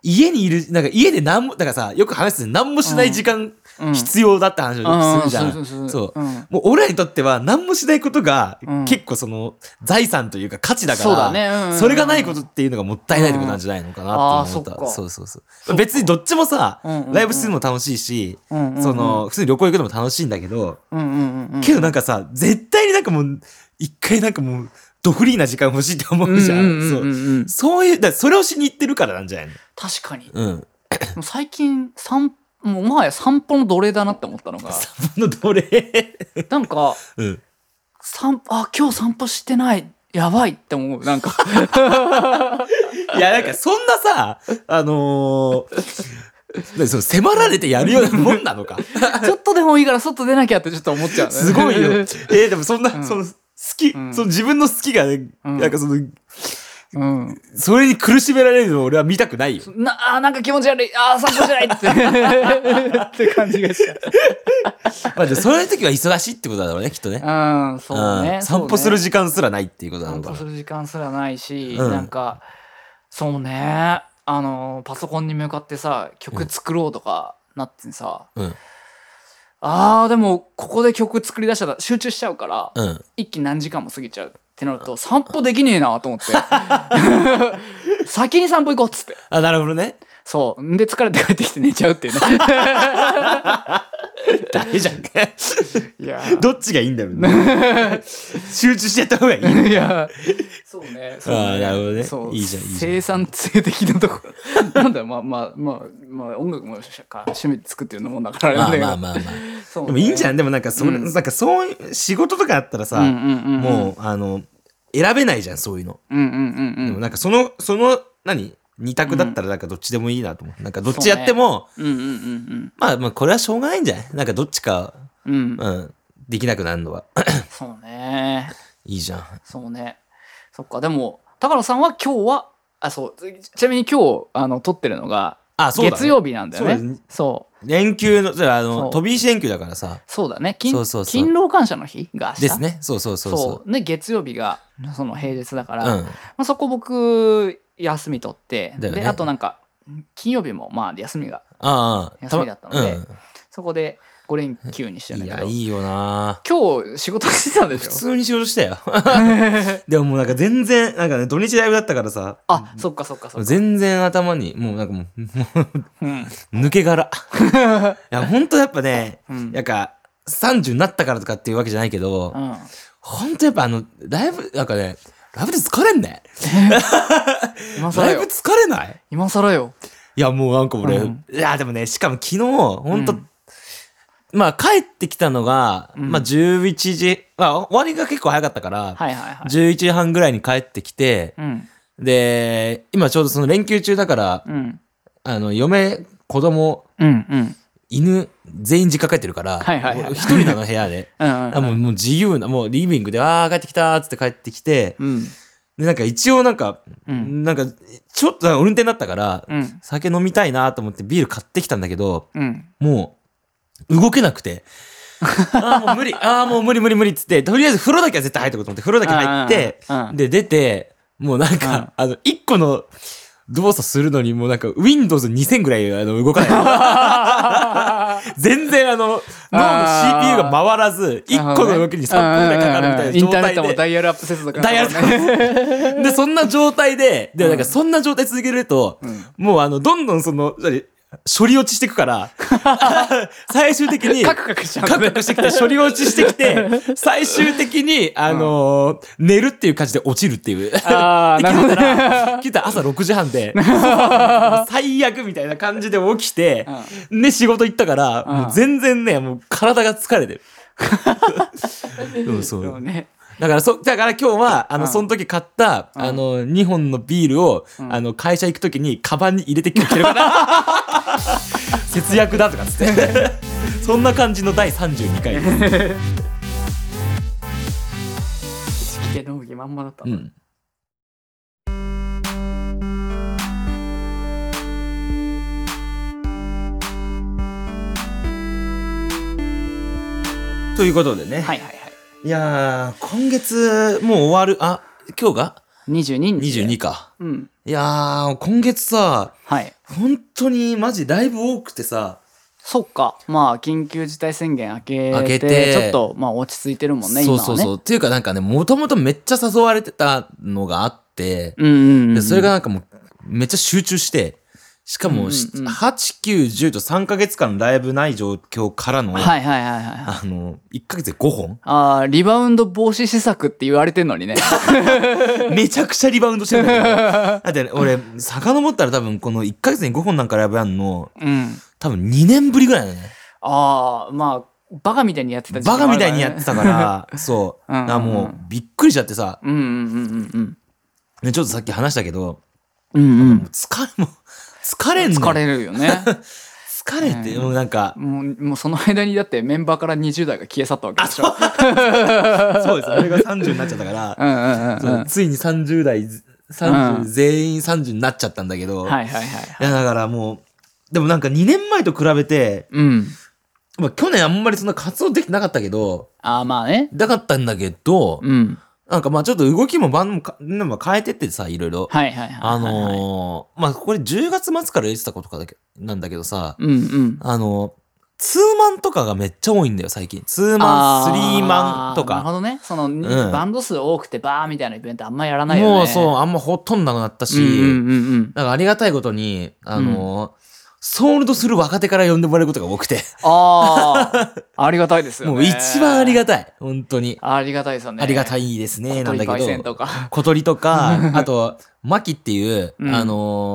[SPEAKER 2] 家にいる、なんか家で何も、だからさ、よく話すね、何もしない時間
[SPEAKER 1] うん
[SPEAKER 2] 必要だって話をするじゃん。
[SPEAKER 1] うそう
[SPEAKER 2] そう
[SPEAKER 1] ううん
[SPEAKER 2] もう俺らにとっては何もしないことが
[SPEAKER 1] うん
[SPEAKER 2] 結構その財産というか価値だから、
[SPEAKER 1] そうだねうんうんうん
[SPEAKER 2] それがないことっていうのがもったいないってことなんじゃないのかなって思った。
[SPEAKER 1] うんあーそっか
[SPEAKER 2] そうそうそう。別にどっちもさ、
[SPEAKER 1] うんうんうん
[SPEAKER 2] ライブするのも楽しいし、
[SPEAKER 1] うんうんうん
[SPEAKER 2] その、普通に旅行行くのも楽しいんだけど、
[SPEAKER 1] うんうんうん
[SPEAKER 2] けどなんかさ、絶対になんかもう、一回なんかもう、ドフリーな時間欲しいって思うじゃ
[SPEAKER 1] うんうんう
[SPEAKER 2] ん。
[SPEAKER 1] ん
[SPEAKER 2] そ
[SPEAKER 1] うん
[SPEAKER 2] う
[SPEAKER 1] うん
[SPEAKER 2] そういう、だからそれをしに行ってるからなんじゃないの
[SPEAKER 1] 確かに
[SPEAKER 2] うん。
[SPEAKER 1] もう最近散もうもはや散歩の奴隷だなって思ったの
[SPEAKER 2] *laughs*
[SPEAKER 1] が
[SPEAKER 2] のどれ
[SPEAKER 1] なんか
[SPEAKER 2] うん。
[SPEAKER 1] 散あ今日散歩してないやばいって思うなんか *laughs*
[SPEAKER 2] いや、なんかそんなさ、あのー、何その迫られてやるようなもんなのか。
[SPEAKER 1] ちょっとでもいいから外出なきゃってちょっと思っちゃうね、
[SPEAKER 2] す
[SPEAKER 1] *laughs*
[SPEAKER 2] ごいよ。えーでもそんな、
[SPEAKER 1] うん
[SPEAKER 2] その、好き、
[SPEAKER 1] うん
[SPEAKER 2] その自分の好きが、なんかその、
[SPEAKER 1] うん、
[SPEAKER 2] それに苦しめられるのを俺は見たくないよ。
[SPEAKER 1] なあーなんか気持ち悪いあー散歩じゃ
[SPEAKER 2] *laughs*
[SPEAKER 1] ないってって感じがし
[SPEAKER 2] まあ、でもそういう時は忙しいってことだろうね、きっとね。
[SPEAKER 1] たうんそうね
[SPEAKER 2] ん散歩する
[SPEAKER 1] 時
[SPEAKER 2] 時間すらないっていうことな
[SPEAKER 1] 散
[SPEAKER 2] のか
[SPEAKER 1] 歩
[SPEAKER 2] な
[SPEAKER 1] す。る時間すらないし、
[SPEAKER 2] うん
[SPEAKER 1] なんかそうねあのパソコンに向かってさ曲作ろうとかなってさ、
[SPEAKER 2] うん
[SPEAKER 1] あーでもここで曲作り出したら集中しちゃうから、
[SPEAKER 2] うん。
[SPEAKER 1] 一気に何時間も過ぎちゃうってなると散歩できねえなと思って
[SPEAKER 2] *laughs*
[SPEAKER 1] 先に散歩行こうっつって
[SPEAKER 2] あ、なるほ
[SPEAKER 1] *laughs*
[SPEAKER 2] どね。
[SPEAKER 1] そうんで疲れて帰ってきて寝ちゃうっていうね
[SPEAKER 2] *laughs* ダメじゃん。
[SPEAKER 1] いや
[SPEAKER 2] *laughs* どっちがいいんだろうね。集中してやった
[SPEAKER 1] *laughs*
[SPEAKER 2] *laughs* 方がいい。
[SPEAKER 1] いやそうねそうね
[SPEAKER 2] あーなるほどね
[SPEAKER 1] そう
[SPEAKER 2] いいじゃんいいじゃん
[SPEAKER 1] 生産性的なとこ *laughs* なんだよまあまあまあまあ音楽もか趣味で作ってるのもんだから
[SPEAKER 2] まあ
[SPEAKER 1] れ
[SPEAKER 2] ま
[SPEAKER 1] な
[SPEAKER 2] あ
[SPEAKER 1] んだ
[SPEAKER 2] まあま
[SPEAKER 1] け
[SPEAKER 2] あ。
[SPEAKER 1] どそうね
[SPEAKER 2] でもいいんじゃんでもなんかそれ、
[SPEAKER 1] うん
[SPEAKER 2] なんかそういう仕事とかあったらさ、
[SPEAKER 1] うんうんうんうん
[SPEAKER 2] もうあの選べないじゃんそういうの、
[SPEAKER 1] うんうんうん
[SPEAKER 2] で
[SPEAKER 1] う
[SPEAKER 2] も
[SPEAKER 1] ん
[SPEAKER 2] なんかそのその何二択だったらなんかどっちでもいいなと思う、なんかどっちやっても、
[SPEAKER 1] うんうんうん
[SPEAKER 2] まあまあこれはしょうがないんじゃないなんかどっちか、
[SPEAKER 1] うんうん
[SPEAKER 2] うん、できなくなるのは *coughs*
[SPEAKER 1] そうね
[SPEAKER 2] いいじゃん
[SPEAKER 1] そうね。そっか、でも、高野さんは今日は、あ、そう、ちちなみに今日、あの、撮ってるのが、
[SPEAKER 2] あそうだね
[SPEAKER 1] 月曜日なんだよ
[SPEAKER 2] そうだ
[SPEAKER 1] ね
[SPEAKER 2] ね。
[SPEAKER 1] そう、
[SPEAKER 2] 連休のじゃああの
[SPEAKER 1] そう
[SPEAKER 2] 飛び石連休だからさ
[SPEAKER 1] そうだね。勤
[SPEAKER 2] そうそうそう
[SPEAKER 1] 勤労感謝の日が明日
[SPEAKER 2] です。ねそうそうそう
[SPEAKER 1] そ。
[SPEAKER 2] そう
[SPEAKER 1] で、月曜日が、その平日だか
[SPEAKER 2] う
[SPEAKER 1] ら、
[SPEAKER 2] う
[SPEAKER 1] ま
[SPEAKER 2] ん
[SPEAKER 1] あ、そこ僕、休み取って、
[SPEAKER 2] だよね
[SPEAKER 1] で、あとなんか、金曜日も、まあ、休みが、
[SPEAKER 2] ああ
[SPEAKER 1] 休みだったので
[SPEAKER 2] うん
[SPEAKER 1] そこで5連休にしてんだ
[SPEAKER 2] い
[SPEAKER 1] け
[SPEAKER 2] や
[SPEAKER 1] ど、
[SPEAKER 2] いいよな
[SPEAKER 1] 今日仕事して
[SPEAKER 2] *laughs*
[SPEAKER 1] たんでし
[SPEAKER 2] 普
[SPEAKER 1] ょ
[SPEAKER 2] 通に仕事したよでももうなんか全然なんかね土日ライブだったからさ
[SPEAKER 1] *laughs* あ、そっかそっかそっか。
[SPEAKER 2] 全然頭にもうなんかもう
[SPEAKER 1] うん。
[SPEAKER 2] 抜け *laughs* 殻いや本当やっぱね、
[SPEAKER 1] うん
[SPEAKER 2] なんか30になったからとかっていうわけじゃないけど、
[SPEAKER 1] う
[SPEAKER 2] ほん、
[SPEAKER 1] ん。
[SPEAKER 2] 本当やっぱあのライブなんかねライブで疲れんね
[SPEAKER 1] 今更
[SPEAKER 2] ライブ
[SPEAKER 1] よ。
[SPEAKER 2] 疲れない
[SPEAKER 1] 今更よ。
[SPEAKER 2] いやもうなんか俺、
[SPEAKER 1] うん
[SPEAKER 2] いやでもねしかも昨日本当、
[SPEAKER 1] うん
[SPEAKER 2] まあ帰ってきたのが、
[SPEAKER 1] うん
[SPEAKER 2] まあ11時、まあ、終わりが結構早かったから、
[SPEAKER 1] はいはいはい。
[SPEAKER 2] 11時半ぐらいに帰ってきて、
[SPEAKER 1] うん。
[SPEAKER 2] で今ちょうどその連休中だから、
[SPEAKER 1] うん。
[SPEAKER 2] あの嫁子供
[SPEAKER 1] うんうん。
[SPEAKER 2] 犬全員実家帰ってるから、
[SPEAKER 1] はいはいはい
[SPEAKER 2] もう一人なの部屋で
[SPEAKER 1] *laughs* うん
[SPEAKER 2] あもうもう自由なもうリビングで「ああ帰ってきた」っつって帰ってきて
[SPEAKER 1] うん。
[SPEAKER 2] でなんか一応なんか、
[SPEAKER 1] うん
[SPEAKER 2] なんかちょっとなんか運転だったから、
[SPEAKER 1] うん。
[SPEAKER 2] 酒飲みたいなと思ってビール買ってきたんだけど
[SPEAKER 1] *laughs* うん。
[SPEAKER 2] もう動けな
[SPEAKER 1] *laughs*
[SPEAKER 2] くて「ああもう無理ああもう無理無理無理」っつってとりあえず風呂だけは絶対入っとこうと思って風呂だけ入って
[SPEAKER 1] うんうん
[SPEAKER 2] で出てもうなんか、あの一個の動作するのにもうなんか Windows2000 ぐらいあの動か
[SPEAKER 1] *laughs*
[SPEAKER 2] ない。全然あの脳の CPU が回らず1個の動きに3分ぐらいかかるみたいな状
[SPEAKER 1] インターネットも
[SPEAKER 2] 態
[SPEAKER 1] ダ
[SPEAKER 2] で。
[SPEAKER 1] イヤルアップ接続
[SPEAKER 2] ダイヤルア
[SPEAKER 1] *laughs*
[SPEAKER 2] ップでそんな状態ででなんかそんな状態続けると、もうあのどんどんその何
[SPEAKER 3] 処理落ちしてく
[SPEAKER 1] *laughs*
[SPEAKER 3] から、最終的に、
[SPEAKER 1] カ
[SPEAKER 3] カ
[SPEAKER 1] クカクしちゃう。
[SPEAKER 3] クカクしてきて、処理落ちしてきて、最終的に、あのー寝るっていう感じで落ちるっていう。
[SPEAKER 1] ああ、なる
[SPEAKER 2] *laughs*
[SPEAKER 1] ほどね。
[SPEAKER 3] 来た朝6時半
[SPEAKER 1] *laughs*
[SPEAKER 3] で、最悪みたいな感じで起きて、ね、仕事行ったから、
[SPEAKER 1] ん
[SPEAKER 3] もう全然ね、もう体が疲れてる。うん、そ
[SPEAKER 1] そう
[SPEAKER 3] う。
[SPEAKER 1] ね。
[SPEAKER 3] だから、そ、だから今日は、あの、
[SPEAKER 1] うん
[SPEAKER 3] その時買った、あの、2本のビールを、あの、会社行く時に、カバンに入れてきてるから、節約だとかっつって。そんな感じの第32回です。
[SPEAKER 1] 聞けのぎまんまだった。
[SPEAKER 3] うん。
[SPEAKER 2] ということでね。
[SPEAKER 1] はいはいはい。
[SPEAKER 2] いやー、今月、もう終わる。あ、今日が
[SPEAKER 1] 22日。
[SPEAKER 2] ?22 か。
[SPEAKER 1] うん。
[SPEAKER 2] いやー、今月さ、
[SPEAKER 1] はい。
[SPEAKER 2] 本当にマジライブ多くてさ、
[SPEAKER 1] そっか。まあ、緊急事態宣言明けて、
[SPEAKER 2] 明けて
[SPEAKER 1] ちょっと、まあ、落ち着いてるもんね、今は
[SPEAKER 2] そう
[SPEAKER 1] ね。
[SPEAKER 2] そうそう。っていうかなんかね、もともとめっちゃ誘われてたのがあって、
[SPEAKER 1] うんうん、うん。
[SPEAKER 2] でそれが、なんかもう、めっちゃ集中して、しかも、し
[SPEAKER 1] うんうんうん
[SPEAKER 2] 8、9、10と3ヶ月間ライブない状況からの、
[SPEAKER 1] はいはいはいはい。
[SPEAKER 2] あの、1ヶ月で5本
[SPEAKER 1] ああ、リバウンド防止施策って言われてんのにね。
[SPEAKER 2] *laughs* めちゃくちゃリバウンドしてるんだけど。
[SPEAKER 1] *laughs*
[SPEAKER 2] だってね俺、遡ったら多分この1ヶ月に5本なんかライブやんの、
[SPEAKER 1] うん。
[SPEAKER 2] 多分2年ぶりぐらいだね。
[SPEAKER 1] ああ、まあ、バカみたいにやってた
[SPEAKER 2] バカみたいにや
[SPEAKER 1] っ
[SPEAKER 2] っててたから、そう。
[SPEAKER 1] うんうんうん
[SPEAKER 2] だからもう、びっくりしちゃってさ、
[SPEAKER 1] うんうんうんうん
[SPEAKER 2] ね、ちょっとさっき話したけど、
[SPEAKER 1] うん。うんうん。
[SPEAKER 2] 疲れ、もう、疲れんの。
[SPEAKER 1] 疲れるよね。 *laughs*
[SPEAKER 2] 疲れて、もうなんか、
[SPEAKER 1] もう、もうその間にだってメンバーから20代が消え去ったわけでしょ。
[SPEAKER 2] そうです。俺が30になっちゃったから
[SPEAKER 1] う、んうんうん。
[SPEAKER 2] そううんついに30代、
[SPEAKER 1] うん
[SPEAKER 2] 30、全員30になっちゃったんだけど、
[SPEAKER 1] はいいはいはい。
[SPEAKER 2] や、だからもう、でもなんか2年前と比べて、
[SPEAKER 1] うん。
[SPEAKER 2] まあ、去年あんまりそんな活動できてなかったけど、
[SPEAKER 1] ああ、まあね。
[SPEAKER 2] なかったんだけど、
[SPEAKER 1] うん。なん
[SPEAKER 2] なんかまあちょっと動きもバンドもかなんか変えてってさ、いろいろ。
[SPEAKER 1] はいはいはいはいはい。
[SPEAKER 2] あのーまあこれ10月末から言ってたことかだけなんだけどさ、
[SPEAKER 1] うんうん。
[SPEAKER 2] あのーツーマンとかがめっちゃ多いんだよ、最近。ツーマン、スリーマンと
[SPEAKER 1] あーなるほ
[SPEAKER 2] か。
[SPEAKER 1] どね。その、
[SPEAKER 2] ん
[SPEAKER 1] バンド数多くてバーみたいなイベントあんまやらないよね。
[SPEAKER 2] もうそう、あんまほとんどなくなった
[SPEAKER 1] うん
[SPEAKER 2] し、
[SPEAKER 1] うんうん。
[SPEAKER 2] なんかありがたいことに、あのーソールドする若手から呼んでもらえることが多くて、
[SPEAKER 1] あ *laughs* あ、ありがたいですよね。
[SPEAKER 2] もう一番あり
[SPEAKER 1] が
[SPEAKER 2] がたい。本当に。
[SPEAKER 1] ありがたいですよね。
[SPEAKER 2] ありがた
[SPEAKER 1] い。
[SPEAKER 2] いですね、な
[SPEAKER 1] なんん
[SPEAKER 2] だ
[SPEAKER 1] だ
[SPEAKER 2] けど。
[SPEAKER 1] とか。
[SPEAKER 2] 小鳥とか、あと、マキっていう、
[SPEAKER 1] うん
[SPEAKER 2] あ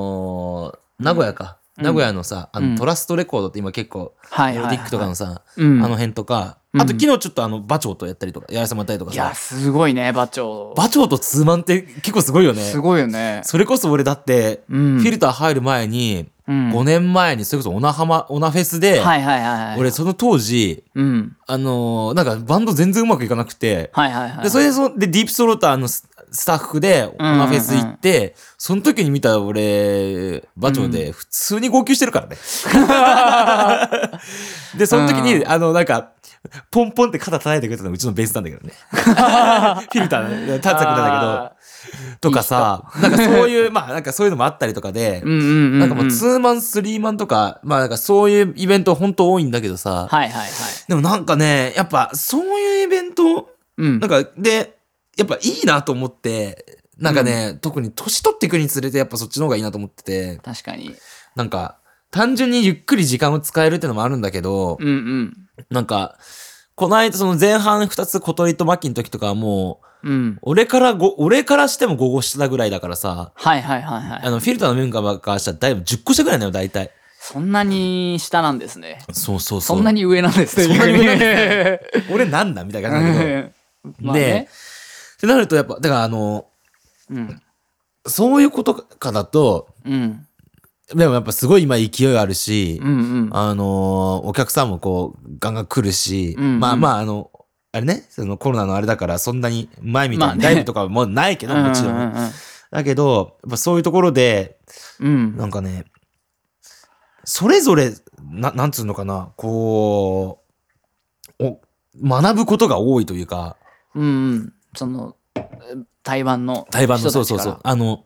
[SPEAKER 2] のー名古屋か。
[SPEAKER 1] うん
[SPEAKER 2] 名古屋のさ、あの、
[SPEAKER 1] うん
[SPEAKER 2] トラストレコードって今結構、
[SPEAKER 1] はい
[SPEAKER 2] メ
[SPEAKER 1] はい、は
[SPEAKER 2] ロ
[SPEAKER 1] い。
[SPEAKER 2] ディックとかのさ、
[SPEAKER 1] うん、
[SPEAKER 2] あの辺とか、
[SPEAKER 1] うん
[SPEAKER 2] あと昨日ちょっとあの、馬長とやったりとか、やらせてもらったりとか
[SPEAKER 1] いや、
[SPEAKER 2] さ、
[SPEAKER 1] すごいね、馬長。
[SPEAKER 2] 馬長とツーマンって結構すごいよね。
[SPEAKER 1] すごいよね。
[SPEAKER 2] それこそ俺だって、
[SPEAKER 1] うん
[SPEAKER 2] フィルター入る前に、
[SPEAKER 1] うん
[SPEAKER 2] 5年前にそれこそオナハマ、オナフェスで、
[SPEAKER 1] はいはいはいはい。
[SPEAKER 2] 俺、その当時、
[SPEAKER 1] うん。
[SPEAKER 2] あのーなんかバンド全然うまくいかなくて、
[SPEAKER 1] はいはいはい。
[SPEAKER 2] で、それでその、で、ディープソローターのススタッフで、オナフェス行って、その時に見た俺、馬長で、普通に号泣して
[SPEAKER 1] *laughs*
[SPEAKER 2] るからね。で、その時に、
[SPEAKER 1] う
[SPEAKER 2] あの、なんか、ポンポンって肩叩いてくれたのはうちのベースなんだけど
[SPEAKER 1] *laughs*
[SPEAKER 2] ね。フィルターの、タッツァくんだ
[SPEAKER 1] あ
[SPEAKER 2] けど、とかさ、なんかそういう、まあなんかそういうのもあったりとかで
[SPEAKER 1] ー、うんうんうん、うん。
[SPEAKER 2] なんかもうツーマン、スリーマンとか、まあなんかそういうイベント本当多いんだけどさ、
[SPEAKER 1] はいはいはい。
[SPEAKER 2] でもなんかね、やっぱそういうイベント、
[SPEAKER 1] うん。
[SPEAKER 2] なんか、で、やっぱいいなと思って、なんかね、特に年取っていくにつれてやっぱそっちの方がいいなと思ってて、
[SPEAKER 1] 確かに。
[SPEAKER 2] なんか、単純にゆっくり時間を使えるってのもあるんだけど、
[SPEAKER 1] うんうん。
[SPEAKER 2] なんか、この間その前半2つ小鳥とマキの時とかはもう、
[SPEAKER 1] うん。
[SPEAKER 2] 俺からご、俺からしても5号してたぐらいだからさ、
[SPEAKER 1] はいはいはいはい。
[SPEAKER 2] あの、フィルターのメンバーからしたらだいぶ10個したぐらいなのよ、大体。
[SPEAKER 1] そんなに下なんですね。
[SPEAKER 2] そうそうそ。
[SPEAKER 1] そうんなに上なんですね。
[SPEAKER 2] そんなに上なんで俺なんだみた *laughs* いな感じだけど。っ
[SPEAKER 1] まあね。
[SPEAKER 2] てなるとやっぱ、だからあの、
[SPEAKER 1] うん。
[SPEAKER 2] そういうことかだと、
[SPEAKER 1] うん。
[SPEAKER 2] でもやっぱすごい今勢いあるし、
[SPEAKER 1] うんうん。
[SPEAKER 2] あのーお客さんもこう、ガンガン来るし、
[SPEAKER 1] うんうん
[SPEAKER 2] まあまあ、あの、あれね、そのコロナのあれだから、そんなに前み
[SPEAKER 1] ま
[SPEAKER 2] た
[SPEAKER 1] あ
[SPEAKER 2] い
[SPEAKER 1] ね
[SPEAKER 2] にライブとかもないけど、もちろん。
[SPEAKER 1] うんうんうん
[SPEAKER 2] だけど、やっぱそういうところで、
[SPEAKER 1] うん。
[SPEAKER 2] なんかね、それぞれ、ななんつうのかな、こう、お、学ぶことが多いというか、
[SPEAKER 1] うんうん、そのえ台湾の
[SPEAKER 2] 台湾の、
[SPEAKER 1] 人
[SPEAKER 2] そう
[SPEAKER 1] たち
[SPEAKER 2] そう
[SPEAKER 1] から
[SPEAKER 2] そう。あの、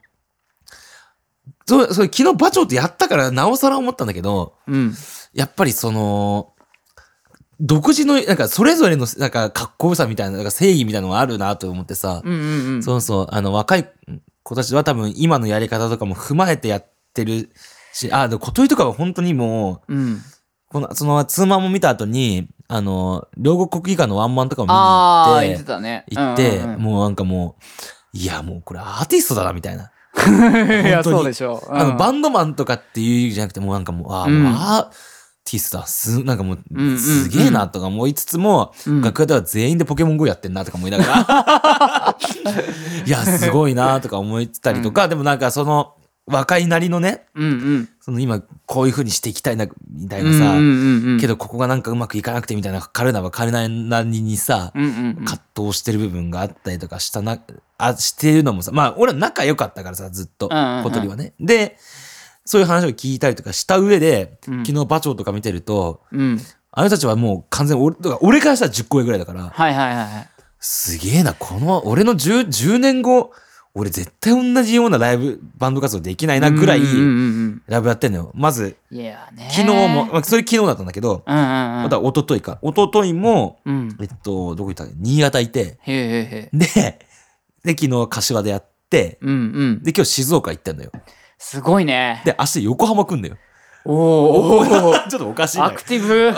[SPEAKER 2] そう、それ昨日馬長ってやったから、なおさら思ったんだけど、
[SPEAKER 1] うん
[SPEAKER 2] やっぱりその、独自の、なんかそれぞれの、なんかかっこよさみたいな、なんか正義みたいなのがあるなと思ってさ、
[SPEAKER 1] うんうんうん
[SPEAKER 2] そうそう、あの若い子たちは多分今のやり方とかも踏まえてやってるしあでも小鳥とかは本当にもう
[SPEAKER 1] うん。
[SPEAKER 2] このそのツーマンも見た後にあの両国国技館のワンマンとかも見に
[SPEAKER 1] ああ、
[SPEAKER 2] 行
[SPEAKER 1] 言
[SPEAKER 2] っ
[SPEAKER 1] っててたね。
[SPEAKER 2] 行って、
[SPEAKER 1] うんうんうん
[SPEAKER 2] もうなんかもう、いや、もうこれアーティストだな、みたいな。
[SPEAKER 1] いや、
[SPEAKER 2] 本当に
[SPEAKER 1] そうでしょう。うん
[SPEAKER 2] あの、バンドマンとかっていうじゃなくて、もうなんかもう、ああ、
[SPEAKER 1] うん
[SPEAKER 2] もうアーティストだ、す、なんかも
[SPEAKER 1] んうんう
[SPEAKER 2] う、
[SPEAKER 1] ん
[SPEAKER 2] すげえな、とか思いつつも、
[SPEAKER 1] うん
[SPEAKER 2] 楽屋では全員でポケモン GO やってんな、とか思いながら、
[SPEAKER 1] *laughs*
[SPEAKER 2] いや、すごいな、とか思ってたりとか、でもなんかその、若いなりのね、
[SPEAKER 1] うんうん。
[SPEAKER 2] その今、こういう風にしていきたいな、みたい
[SPEAKER 1] うんう
[SPEAKER 2] なさ、
[SPEAKER 1] んうん。
[SPEAKER 2] けどここがなんかうまくいかなくてみたいな、彼らは彼なりにさ、
[SPEAKER 1] うんうんうん。
[SPEAKER 2] 葛藤してる部分があったりとかしたな、あ、してるのもさ、まあ、俺は仲良かったからさ、ずっと、
[SPEAKER 1] うんうんうん
[SPEAKER 2] 小鳥はね。で、そういう話を聞いたりとかした上で、
[SPEAKER 1] うん
[SPEAKER 2] 昨日馬長とか見てると、
[SPEAKER 1] うん。
[SPEAKER 2] あの人たちはもう完全に俺、とか俺からしたら10個上ぐらいだから、
[SPEAKER 1] はいはいはいはい。
[SPEAKER 2] すげえな、この、俺の 10, 10年後、俺絶対同じようなライブ、バンド活動できないなぐらい
[SPEAKER 1] うん、うんうん
[SPEAKER 2] ライブやってんのよ。まず、
[SPEAKER 1] うん。いやね。
[SPEAKER 2] 昨日も、まあ、それ昨日だったんだけど、
[SPEAKER 1] うんうんうん。
[SPEAKER 2] また一昨日か。一昨日も、
[SPEAKER 1] うん。
[SPEAKER 2] えっと、どこ行ったっけ新潟行って、
[SPEAKER 1] へえへえへえ。
[SPEAKER 2] で、で、昨日柏でやって、
[SPEAKER 1] うんうん。
[SPEAKER 2] で、今日静岡行ったんだよ。
[SPEAKER 1] すごいね。
[SPEAKER 2] で、明日横浜来んだよ。
[SPEAKER 1] おーおー
[SPEAKER 2] ちょっとおかしい
[SPEAKER 1] *laughs*
[SPEAKER 2] な
[SPEAKER 1] アクテ
[SPEAKER 2] *laughs*
[SPEAKER 1] ィブ。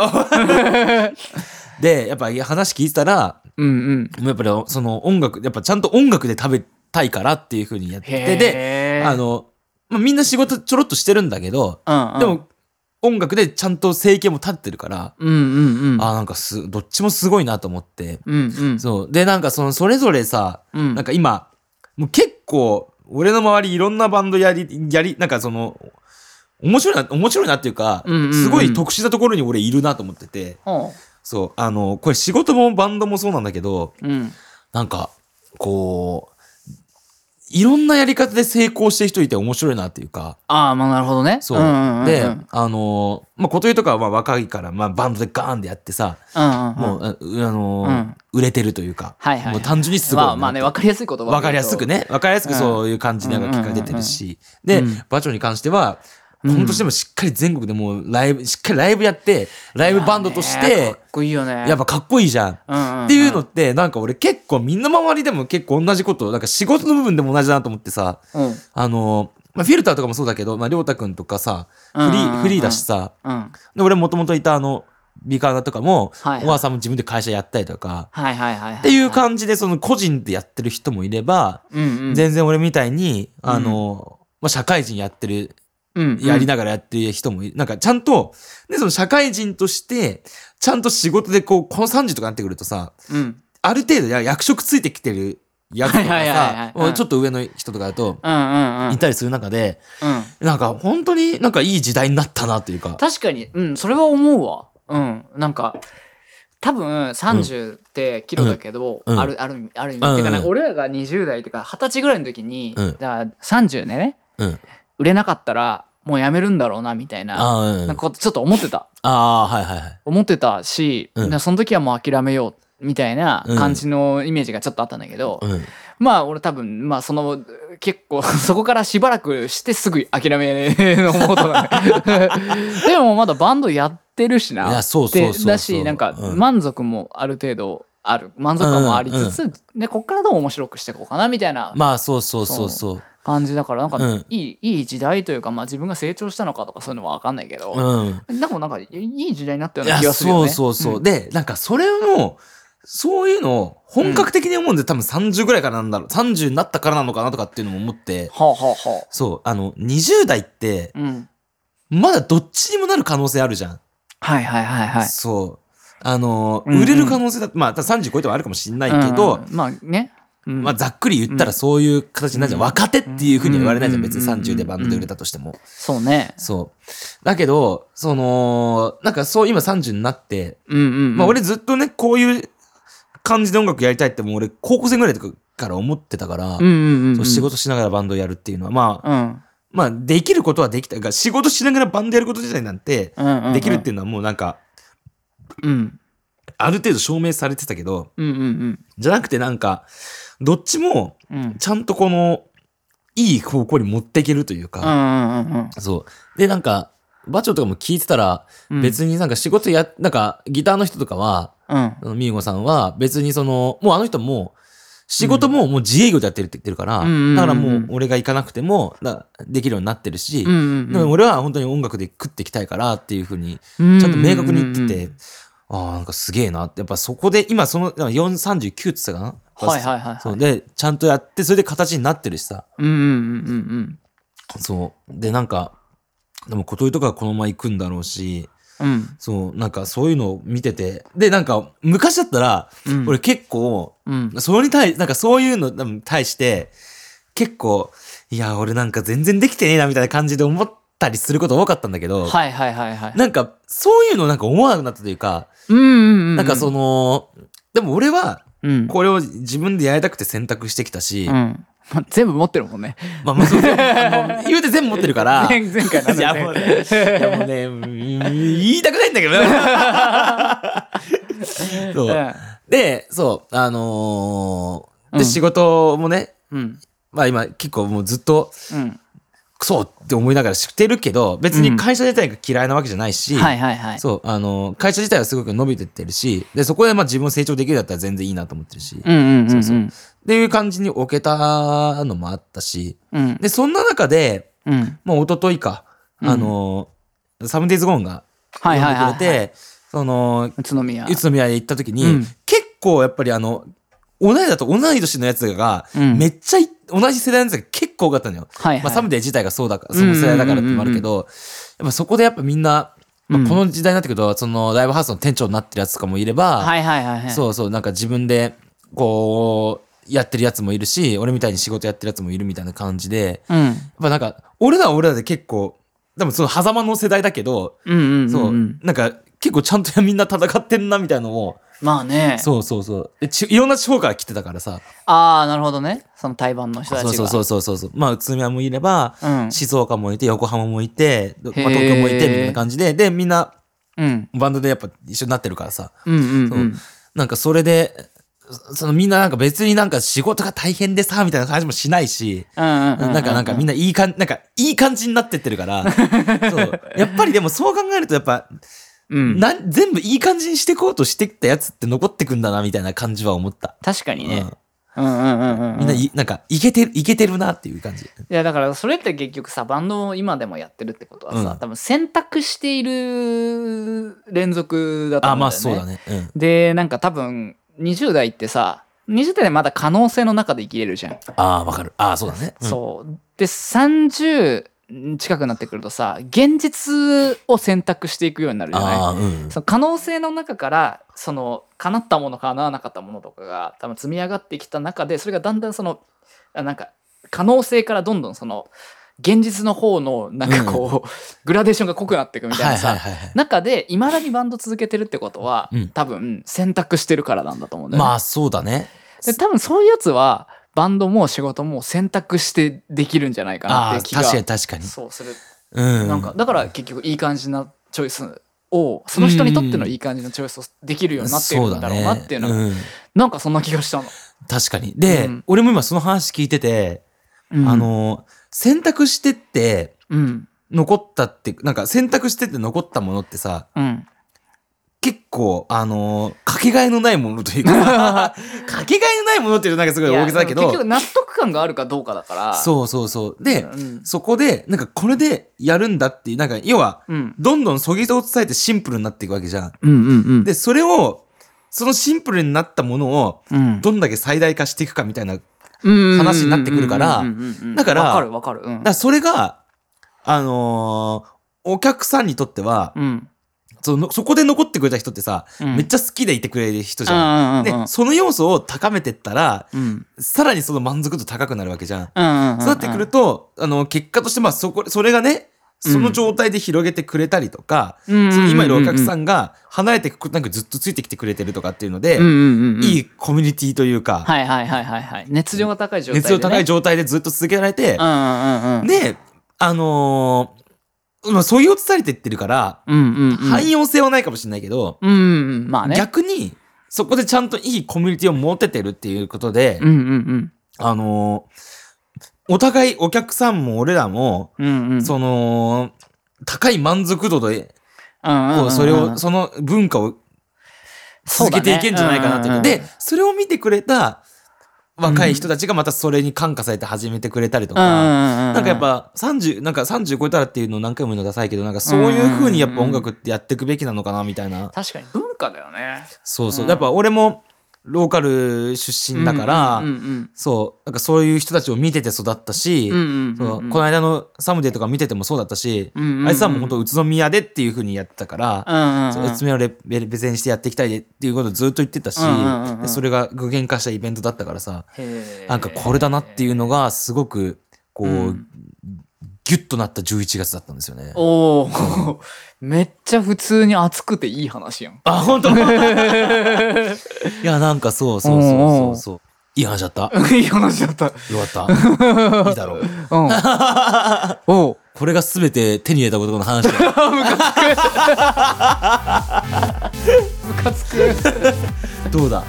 [SPEAKER 2] で、やっぱ話聞いてたら、
[SPEAKER 1] うんうん。
[SPEAKER 2] もうやっぱりその音楽、やっぱちゃんと音楽で食べたいからっていう風にやってて、で、
[SPEAKER 1] へー
[SPEAKER 2] あ、の、まあ、みんな仕事ちょろっとしてるんだけど、
[SPEAKER 1] うんうん、
[SPEAKER 2] で、も音楽でちゃんと生計も立ってるから、
[SPEAKER 1] うんうんうん。
[SPEAKER 2] あーなんかす、どっちもすごいなと思って。
[SPEAKER 1] うんうん。
[SPEAKER 2] そう。で、なんかその、それぞれさ、
[SPEAKER 1] うん
[SPEAKER 2] なんか今、もう結構、俺の周りいろんなバンドやり、やり、なんかその、面白いな、面白いなっていうか、
[SPEAKER 1] うんうんうん
[SPEAKER 2] すごい特殊なところに俺いるなと思ってて、
[SPEAKER 1] ほ
[SPEAKER 2] そう、あの、これ仕事もバンドもそうなんだけど、
[SPEAKER 1] ううん。
[SPEAKER 2] なんか、こう、いろんなやり方で成功してる人いて面白いなっていうか、
[SPEAKER 1] ああ、まあなるほどね。
[SPEAKER 2] そう。
[SPEAKER 1] んんんん
[SPEAKER 2] で
[SPEAKER 1] うん、
[SPEAKER 2] あの、まあ、小鳥とかはまあ若いから、まあ、バンドでガーンでやってさ、
[SPEAKER 1] うんうん。
[SPEAKER 2] もう、ああの
[SPEAKER 1] うん
[SPEAKER 2] 売れてるというか、
[SPEAKER 1] はいはいはい
[SPEAKER 2] もう単純にすごいな
[SPEAKER 1] ま
[SPEAKER 2] と。
[SPEAKER 1] あまあね、わかりやすいことは
[SPEAKER 2] わかりやすく。ね。わかりやすくそういう感じでなんか結果出てるし。で
[SPEAKER 1] うん、
[SPEAKER 2] バチョに関しては、
[SPEAKER 1] うん
[SPEAKER 2] 本当してもしっかり全国でもうライブ、しっかりライブやって、ライブバンドとし
[SPEAKER 1] いやね
[SPEAKER 2] て
[SPEAKER 1] かっ、こいいよね。
[SPEAKER 2] やっぱかっこいいじゃん。っ
[SPEAKER 1] うんんん
[SPEAKER 2] ていうのって、なんか俺結構みんな周りでも結構同じこと、なんか仕事の部分でも同じだなと思ってさ、
[SPEAKER 1] うん。
[SPEAKER 2] あの、まあ、フィルターとかもそうだけど、まあ、りょうたくんとかさ、フリ
[SPEAKER 1] うんうんうん
[SPEAKER 2] ー、フリーだしさ、
[SPEAKER 1] うん。
[SPEAKER 2] で俺もともといたあの、ビカーナとかも、
[SPEAKER 1] はいはい
[SPEAKER 2] 小川さんも自分で会社やったりとか、
[SPEAKER 1] はいはいはい。っ
[SPEAKER 2] っていう、感じでその個人でやってる人もいれば、
[SPEAKER 1] うんうん。
[SPEAKER 2] 全然俺みたいに、
[SPEAKER 1] ん
[SPEAKER 2] あの、まあ、社会人やってる、
[SPEAKER 1] うん
[SPEAKER 2] やりながらやってる人もいる。なんかちゃんと、で、その社会人として、ちゃんと仕事でこう、この30とかになってくるとさ、
[SPEAKER 1] うん。
[SPEAKER 2] ある程度や役職ついてきてるやつとか
[SPEAKER 1] はいはいはいはい
[SPEAKER 2] さ、
[SPEAKER 1] うん
[SPEAKER 2] ちょっと上の人とかだと、
[SPEAKER 1] うんうんうん
[SPEAKER 2] い。たりする中で、
[SPEAKER 1] うん。
[SPEAKER 2] なんか本当になんかいい時代になったなというか。
[SPEAKER 1] 確かに、うん、それは思うわ。うん、なんか、多分30ってキロだけど、
[SPEAKER 2] うんうん
[SPEAKER 1] ある、ある、ある意
[SPEAKER 2] うん
[SPEAKER 1] 味。てか、なん
[SPEAKER 2] う
[SPEAKER 1] か
[SPEAKER 2] ん
[SPEAKER 1] 俺らが20代とか20歳ぐらいの時に、
[SPEAKER 2] うん
[SPEAKER 1] だから30でね、
[SPEAKER 2] うん。
[SPEAKER 1] 売れなかったら、もうやめるんだろうな、みたいな、
[SPEAKER 2] あー、う
[SPEAKER 1] なん
[SPEAKER 2] ん、
[SPEAKER 1] かことちょっと思ってた。
[SPEAKER 2] あー、はいはいはい。
[SPEAKER 1] 思ってたし、
[SPEAKER 2] うん
[SPEAKER 1] なその時はもう諦めよう、みたいな感じのイメージがちょっとあったんだけど、
[SPEAKER 2] うん。
[SPEAKER 1] まあ俺多分、まあその、結構 *laughs* そこからしばらくしてすぐ諦めのモードなの *laughs* でもまだバンドやってるしな。
[SPEAKER 2] いやそうそうそうそう
[SPEAKER 1] でだし、なんか
[SPEAKER 2] うん
[SPEAKER 1] 満足もある程度ある。満足感もありつつ、で、こっからどう面白くしていこうかなみたいな
[SPEAKER 2] まあ、そうそうそうそう。
[SPEAKER 1] 感じだから、なんか
[SPEAKER 2] うん
[SPEAKER 1] いい、いい時代というか、まあ自分が成長したのかとかそういうのはわかんないけど、
[SPEAKER 2] うん。
[SPEAKER 1] でもなんかいい時代になったよ
[SPEAKER 2] いう
[SPEAKER 1] な
[SPEAKER 2] や
[SPEAKER 1] 気がするよね。
[SPEAKER 2] そうそうそう。で、なんかそれも、そういうのを本格的に思うんで、多分30ぐらいからなんだろう。30になったからなのかなとかっていうのも思って、
[SPEAKER 1] はあはあは
[SPEAKER 2] そう、あの、20代って
[SPEAKER 1] あ。、うん。
[SPEAKER 2] まだどっちにもなる可能性あるじゃん。
[SPEAKER 1] はいはいはいはい。
[SPEAKER 2] そう。あの、
[SPEAKER 1] うんうん
[SPEAKER 2] 売れる可能性だって、まあ、ただ30超えてもあるかもしれないけど
[SPEAKER 1] うん、うんまあね。うん
[SPEAKER 2] まあ、ざっくり言ったらそういう形になるじゃん。
[SPEAKER 1] うん
[SPEAKER 2] 若手っていうふうには言われないじゃん。
[SPEAKER 1] うん
[SPEAKER 2] 別に30でバンドで売れたとしても。
[SPEAKER 1] そうね。
[SPEAKER 2] そう。だけど、その、なんかそう、今30になって、
[SPEAKER 1] うんうんうん。
[SPEAKER 2] まあ俺ずっとね、こういう感じで音楽やりたいってもう俺高校生ぐらいから思ってたか
[SPEAKER 1] うんう
[SPEAKER 2] ら、
[SPEAKER 1] んうんう。
[SPEAKER 2] そうん仕事しながらバンドやるっていうのは、まあ、
[SPEAKER 1] うん。
[SPEAKER 2] まあできることはできたが、仕事しながらバンドやること自体なんて、
[SPEAKER 1] うんうん。
[SPEAKER 2] できるっていうのはもうなんか、
[SPEAKER 1] うん。
[SPEAKER 2] ある程度証明されてたけど、
[SPEAKER 1] うんうんうん
[SPEAKER 2] じゃなくてなんか、どっちも
[SPEAKER 1] うん。うん
[SPEAKER 2] ちゃんとこの、いい方向に持っていけるという
[SPEAKER 1] う
[SPEAKER 2] か、
[SPEAKER 1] んうんうん
[SPEAKER 2] そう。で、なんか、バチョとかも聞いてたら、
[SPEAKER 1] うん。
[SPEAKER 2] 別になんか仕事や、なんかギターの人とかは、
[SPEAKER 1] うん。
[SPEAKER 2] あのミーゴさんは別にその、もうあの人も、仕事ももう自営業でやってるって言ってるから、
[SPEAKER 1] うんうんうん
[SPEAKER 2] だからもう俺が行かなくてもだできるようになってるし、
[SPEAKER 1] うんうん
[SPEAKER 2] でも俺は本当に音楽で食っていきたいからっていうふうに
[SPEAKER 1] うん
[SPEAKER 2] ちゃんと明確に言ってて、
[SPEAKER 1] うん
[SPEAKER 2] ああなんかすげえなってやっぱそこで今そのだから439って言ってたかな
[SPEAKER 1] はいはいはいはい
[SPEAKER 2] そうでちゃんとやってそれで形になってるしさ
[SPEAKER 1] うんうんうんうん
[SPEAKER 2] そうでなんかでも小鳥とかはこのまま行くんだろうし
[SPEAKER 1] うん
[SPEAKER 2] そうなんかそういうのを見ててでなんか昔だったら、
[SPEAKER 1] うん
[SPEAKER 2] 俺結構
[SPEAKER 1] うん
[SPEAKER 2] それに対、なんかそういうのに対して、結構、いや、俺なんか全然できてねえなみたいな感じで思ったりすること多かったんだけど、
[SPEAKER 1] はいはいはいはい
[SPEAKER 2] なんかそういうのなんか思わなくなったというか、
[SPEAKER 1] うんうんうん
[SPEAKER 2] なんかその、でも俺は
[SPEAKER 1] うん
[SPEAKER 2] これを自分でやりたくて選択してきたし、
[SPEAKER 1] うんまあ全部持ってるもんね
[SPEAKER 2] まあまあそうそうあの言うて全部持ってるから、
[SPEAKER 1] *laughs* 前前回の
[SPEAKER 2] いやもうね、いやもうね、うん言いたくないんだけど。 *laughs* そう。で、そう、あのー
[SPEAKER 1] う
[SPEAKER 2] で、
[SPEAKER 1] ん
[SPEAKER 2] 仕事もね、
[SPEAKER 1] うん
[SPEAKER 2] まあ今結構もうずっと
[SPEAKER 1] うん
[SPEAKER 2] クソって思いながらしてるけど別に会社自体が嫌いなわけじゃないし、
[SPEAKER 1] はいはいはい
[SPEAKER 2] そうあの会社自体はすごく伸びてってるしでそこでまあ自分を成長できるだったら全然いいなと思ってるし、っ
[SPEAKER 1] うんうんうんうんうん
[SPEAKER 2] ていう感じに置けたのもあったし
[SPEAKER 1] うん
[SPEAKER 2] でそんな中で
[SPEAKER 1] うん
[SPEAKER 2] もう一昨日か、あのサムディーズ・ゴーンが
[SPEAKER 1] は
[SPEAKER 2] 呼ん
[SPEAKER 1] い
[SPEAKER 2] でく
[SPEAKER 1] は
[SPEAKER 2] れ
[SPEAKER 1] い
[SPEAKER 2] て、
[SPEAKER 1] はいはい
[SPEAKER 2] その
[SPEAKER 1] 宇都宮
[SPEAKER 2] 宇都宮へ行った時に、
[SPEAKER 1] うん
[SPEAKER 2] 結構やっぱりあの同いだと同い年のやつが、
[SPEAKER 1] うん
[SPEAKER 2] めっちゃい同じ世代のやつが結構多かったのよ。
[SPEAKER 1] はいはい
[SPEAKER 2] まあ、サムデー自体がそうだから、その世代だからってのもあるけど、やっぱそこでやっぱみんな、まあ
[SPEAKER 1] うん
[SPEAKER 2] この時代になってくると、そのライブハウスの店長になってるやつとかもいれば、
[SPEAKER 1] はいはいはいはい
[SPEAKER 2] そうそう、なんか自分で、こう、やってるやつもいるし、俺みたいに仕事やってるやつもいるみたいな感じで、
[SPEAKER 1] うん
[SPEAKER 2] やっぱなんか、俺らは俺らで結構、多分その狭間の世代だけど、
[SPEAKER 1] うんうんうん
[SPEAKER 2] そう、
[SPEAKER 1] うん
[SPEAKER 2] なんか結構ちゃんとみんな戦ってんなみたいなのを、
[SPEAKER 1] まあね
[SPEAKER 2] そうそうそうでち、いろんな地方から来てたからさ、
[SPEAKER 1] ああなるほどねその台湾の人たち
[SPEAKER 2] そ
[SPEAKER 1] が
[SPEAKER 2] うそうそううそうそうそう、まあ宇都宮もいれば、
[SPEAKER 1] うん
[SPEAKER 2] 静岡もいて横浜もいて、どまあ、
[SPEAKER 1] へー
[SPEAKER 2] 東京もいてみたいな感じででみんな
[SPEAKER 1] うん
[SPEAKER 2] バンドでやっぱ一緒になってるからさ
[SPEAKER 1] うんうんうん
[SPEAKER 2] なんかそれでそそのみんななんか別になんか仕事が大変でさみたいな感じもしないし。
[SPEAKER 1] うんうん
[SPEAKER 2] なんかなんかみんないいかんなんかいい感じになってってるから
[SPEAKER 1] *laughs*
[SPEAKER 2] そうやっぱりでもそう考えるとやっぱ、
[SPEAKER 1] うん
[SPEAKER 2] なん全部いい感じにしてこうとしてきたやつって残ってくんだなみたいな感じは思った、
[SPEAKER 1] 確かにね
[SPEAKER 2] うん
[SPEAKER 1] うんうんうんうんうん
[SPEAKER 2] みんない、なんかいけてるいけてるなっていう感じ
[SPEAKER 1] いやだからそれって結局さバンドを今でもやってるってことはさ、
[SPEAKER 2] うん
[SPEAKER 1] 多分選択している連続だと思
[SPEAKER 2] あ
[SPEAKER 1] うんだよね。
[SPEAKER 2] まあそうだねうん
[SPEAKER 1] でなんか多分20代ってさ20代でまだ可能性の中で生きれるじゃん。
[SPEAKER 2] ああわかるああそうだね、うん
[SPEAKER 1] そうで30近くなってくるとさ現実を選択していくようになるじゃない
[SPEAKER 2] ああうん
[SPEAKER 1] その可能性の中からその叶ったもの叶わなかったものとかが多分積み上がってきた中でそれがだんだんそのあなんか可能性からどんどんその現実の方のなんかこう、グラデーションが濃くなっていくみたいなさ、
[SPEAKER 2] はいはいはい
[SPEAKER 1] 中でいまだにバンド続けてるってことは、
[SPEAKER 2] うん
[SPEAKER 1] 多分選択してるからなんだと思うんだよね。
[SPEAKER 2] まあそうだね。
[SPEAKER 1] で多分そういうやつはバンドも仕事も選択してできるんじゃないかな
[SPEAKER 2] あ
[SPEAKER 1] っ
[SPEAKER 2] あ
[SPEAKER 1] て気が
[SPEAKER 2] 確かに確かに。
[SPEAKER 1] そうする
[SPEAKER 2] うん。
[SPEAKER 1] なんかだから結局いい感じなチョイスをその人にとってのいい感じのチョイスをできるようになっているんだろうなっていうの
[SPEAKER 2] そ
[SPEAKER 1] が
[SPEAKER 2] だねん
[SPEAKER 1] なんかそんな気がしたの。
[SPEAKER 2] 確かに。で、
[SPEAKER 1] うん
[SPEAKER 2] 俺も今その話聞いてて、あの選択してって
[SPEAKER 1] うん
[SPEAKER 2] 残ったってなんか選択してって残ったものってさ
[SPEAKER 1] うん
[SPEAKER 2] 結構あのかけがえのないものとい
[SPEAKER 1] *laughs*
[SPEAKER 2] うかかけがえのないものっていうとなんかすごい大げさだけ
[SPEAKER 1] い
[SPEAKER 2] ど
[SPEAKER 1] やでも結局納得感があるかどうかだから
[SPEAKER 2] そうそうそうで、
[SPEAKER 1] うん
[SPEAKER 2] そこでなんかこれでやるんだっていうなんか要は
[SPEAKER 1] うん
[SPEAKER 2] どんどんそぎ落とされてシンプルになっていくわけじゃん。
[SPEAKER 1] うんうんうん
[SPEAKER 2] で、それを、そのシンプルになったものを、
[SPEAKER 1] うん
[SPEAKER 2] どんだけ最大化していくかみたいな。だか話
[SPEAKER 1] 話
[SPEAKER 2] になってくるからだから
[SPEAKER 1] わかるわかるうん
[SPEAKER 2] らそれが、あのーお客さんにとっては、
[SPEAKER 1] うん
[SPEAKER 2] そのそこで残ってくれた人ってさ、
[SPEAKER 1] うん
[SPEAKER 2] めっちゃ好きでいてくれる人じゃん。
[SPEAKER 1] うんうん
[SPEAKER 2] で
[SPEAKER 1] うん、
[SPEAKER 2] その要素を高めてったら、
[SPEAKER 1] うん
[SPEAKER 2] さらにその満足度高くなるわけじゃん。
[SPEAKER 1] うん
[SPEAKER 2] そうなってくると、あの、結果として、まあ、そこ、それがね、その状態で広げてくれたりとか、
[SPEAKER 1] うんうんうんうん
[SPEAKER 2] その今いるお客さんが離れてく、なんかずっとついてきてくれてるとかっていうので、
[SPEAKER 1] うんうんうんうん
[SPEAKER 2] いいコミュニティというか、
[SPEAKER 1] はいはいはいはいはい熱情が高い状態で
[SPEAKER 2] 熱
[SPEAKER 1] ね
[SPEAKER 2] 量高い状態でずっと続けられて
[SPEAKER 1] う、んうんうんうん
[SPEAKER 2] で、あのーまあ、そういう落とされてってるから、
[SPEAKER 1] うんうんうん
[SPEAKER 2] 汎用性はないかもしれないけど、
[SPEAKER 1] うんうんまあね
[SPEAKER 2] 逆に、そこでちゃんといいコミュニティを持ててるっていうことで、
[SPEAKER 1] うんうん
[SPEAKER 2] あのーお互いお客さんも俺らも、
[SPEAKER 1] うんうんうん
[SPEAKER 2] その、高い満足度で、
[SPEAKER 1] うんうんうん
[SPEAKER 2] こ
[SPEAKER 1] う
[SPEAKER 2] うんそれを、その文化を続けていけんじゃないかなっていう
[SPEAKER 1] そうだね
[SPEAKER 2] か。で、それを見てくれた若い人たちがまたそれに感化されて始めてくれたりと
[SPEAKER 1] うんうん
[SPEAKER 2] か、
[SPEAKER 1] うんうん
[SPEAKER 2] なんかやっぱ30なんか30超えたらっていうのを何回も言うのダサいけどなんかそういう風にやっぱ音楽ってやっていくべきなのかなみたいな、
[SPEAKER 1] 確かに文化だよね
[SPEAKER 2] そうそう、
[SPEAKER 1] うん
[SPEAKER 2] やっぱ俺もローカル出身だから、
[SPEAKER 1] うんうん
[SPEAKER 2] そうなんかそういう人たちを見てて育ったし、
[SPEAKER 1] うんうんうん
[SPEAKER 2] そうこの間の「サムデー」とか見ててもそうだったし、
[SPEAKER 1] うんうんうん
[SPEAKER 2] あいつはもう本当宇都宮でっていう風にやってたから、
[SPEAKER 1] うんうん
[SPEAKER 2] そう宇都宮をレレレゼンしてやっていきたいでっていうことをずっと言ってたし、
[SPEAKER 1] うんうんうんうん
[SPEAKER 2] でそれが具現化したイベントだったからさ、
[SPEAKER 1] へー
[SPEAKER 2] なんかこれだなっていうのがすごくこう、
[SPEAKER 1] うん
[SPEAKER 2] ギュッとなった11月だったんですよね。
[SPEAKER 1] おお *laughs* めっちゃ普通に熱くていい話やん *laughs*
[SPEAKER 2] あ本 *laughs* 当いやなんかそうそうそうそうそういい話だったよか
[SPEAKER 1] いい話だった *laughs*
[SPEAKER 2] ったいいだろう
[SPEAKER 1] うん
[SPEAKER 2] *laughs*
[SPEAKER 1] おう
[SPEAKER 2] これが全て手に入れたことの
[SPEAKER 1] *laughs*
[SPEAKER 2] 話だよ
[SPEAKER 1] ムカつく
[SPEAKER 2] どうだ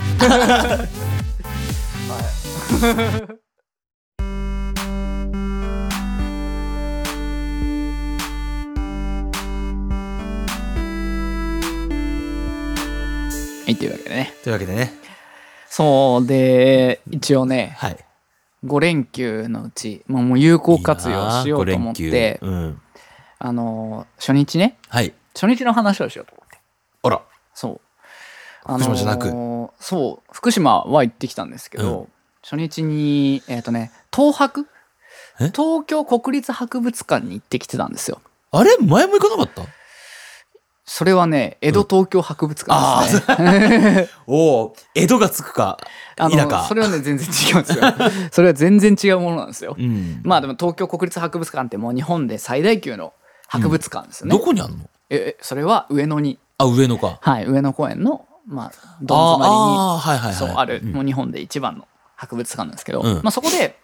[SPEAKER 1] はいというわけでね
[SPEAKER 2] というわけでね
[SPEAKER 1] そうで一応ね
[SPEAKER 2] はい
[SPEAKER 1] 5連休のうち、まあ、もう有効活用しようと思っ
[SPEAKER 2] いいな
[SPEAKER 1] て
[SPEAKER 2] あ五連休うん、
[SPEAKER 1] あの初日ね
[SPEAKER 2] はい
[SPEAKER 1] 初日の話をしようと思って
[SPEAKER 2] あら
[SPEAKER 1] そう
[SPEAKER 2] 福島じゃなく
[SPEAKER 1] あのーそう福島は行ってきたんですけど、初日にえっ、とね東博
[SPEAKER 2] え
[SPEAKER 1] 東京国立博物館に行ってきてたんですよ
[SPEAKER 2] あれ前も行かなかった
[SPEAKER 1] それはね江戸東京博物館ですね、
[SPEAKER 2] おお江戸がつくか
[SPEAKER 1] あ
[SPEAKER 2] 否
[SPEAKER 1] の
[SPEAKER 2] か
[SPEAKER 1] それはね全然違うん
[SPEAKER 2] *laughs*
[SPEAKER 1] ですよそれは全然違うものなんですよ、
[SPEAKER 2] うん
[SPEAKER 1] まあでも東京国立博物館ってもう日本で最大級の博物館ですよね、
[SPEAKER 2] どこにあんの
[SPEAKER 1] ええそれは上野に
[SPEAKER 2] あ上野か
[SPEAKER 1] はい上野公園のまあどん詰まりに
[SPEAKER 2] ああーはいはいはい
[SPEAKER 1] そうある、
[SPEAKER 2] ん
[SPEAKER 1] もう日本で一番の博物館なんですけど、
[SPEAKER 2] うん
[SPEAKER 1] まあ、そこで、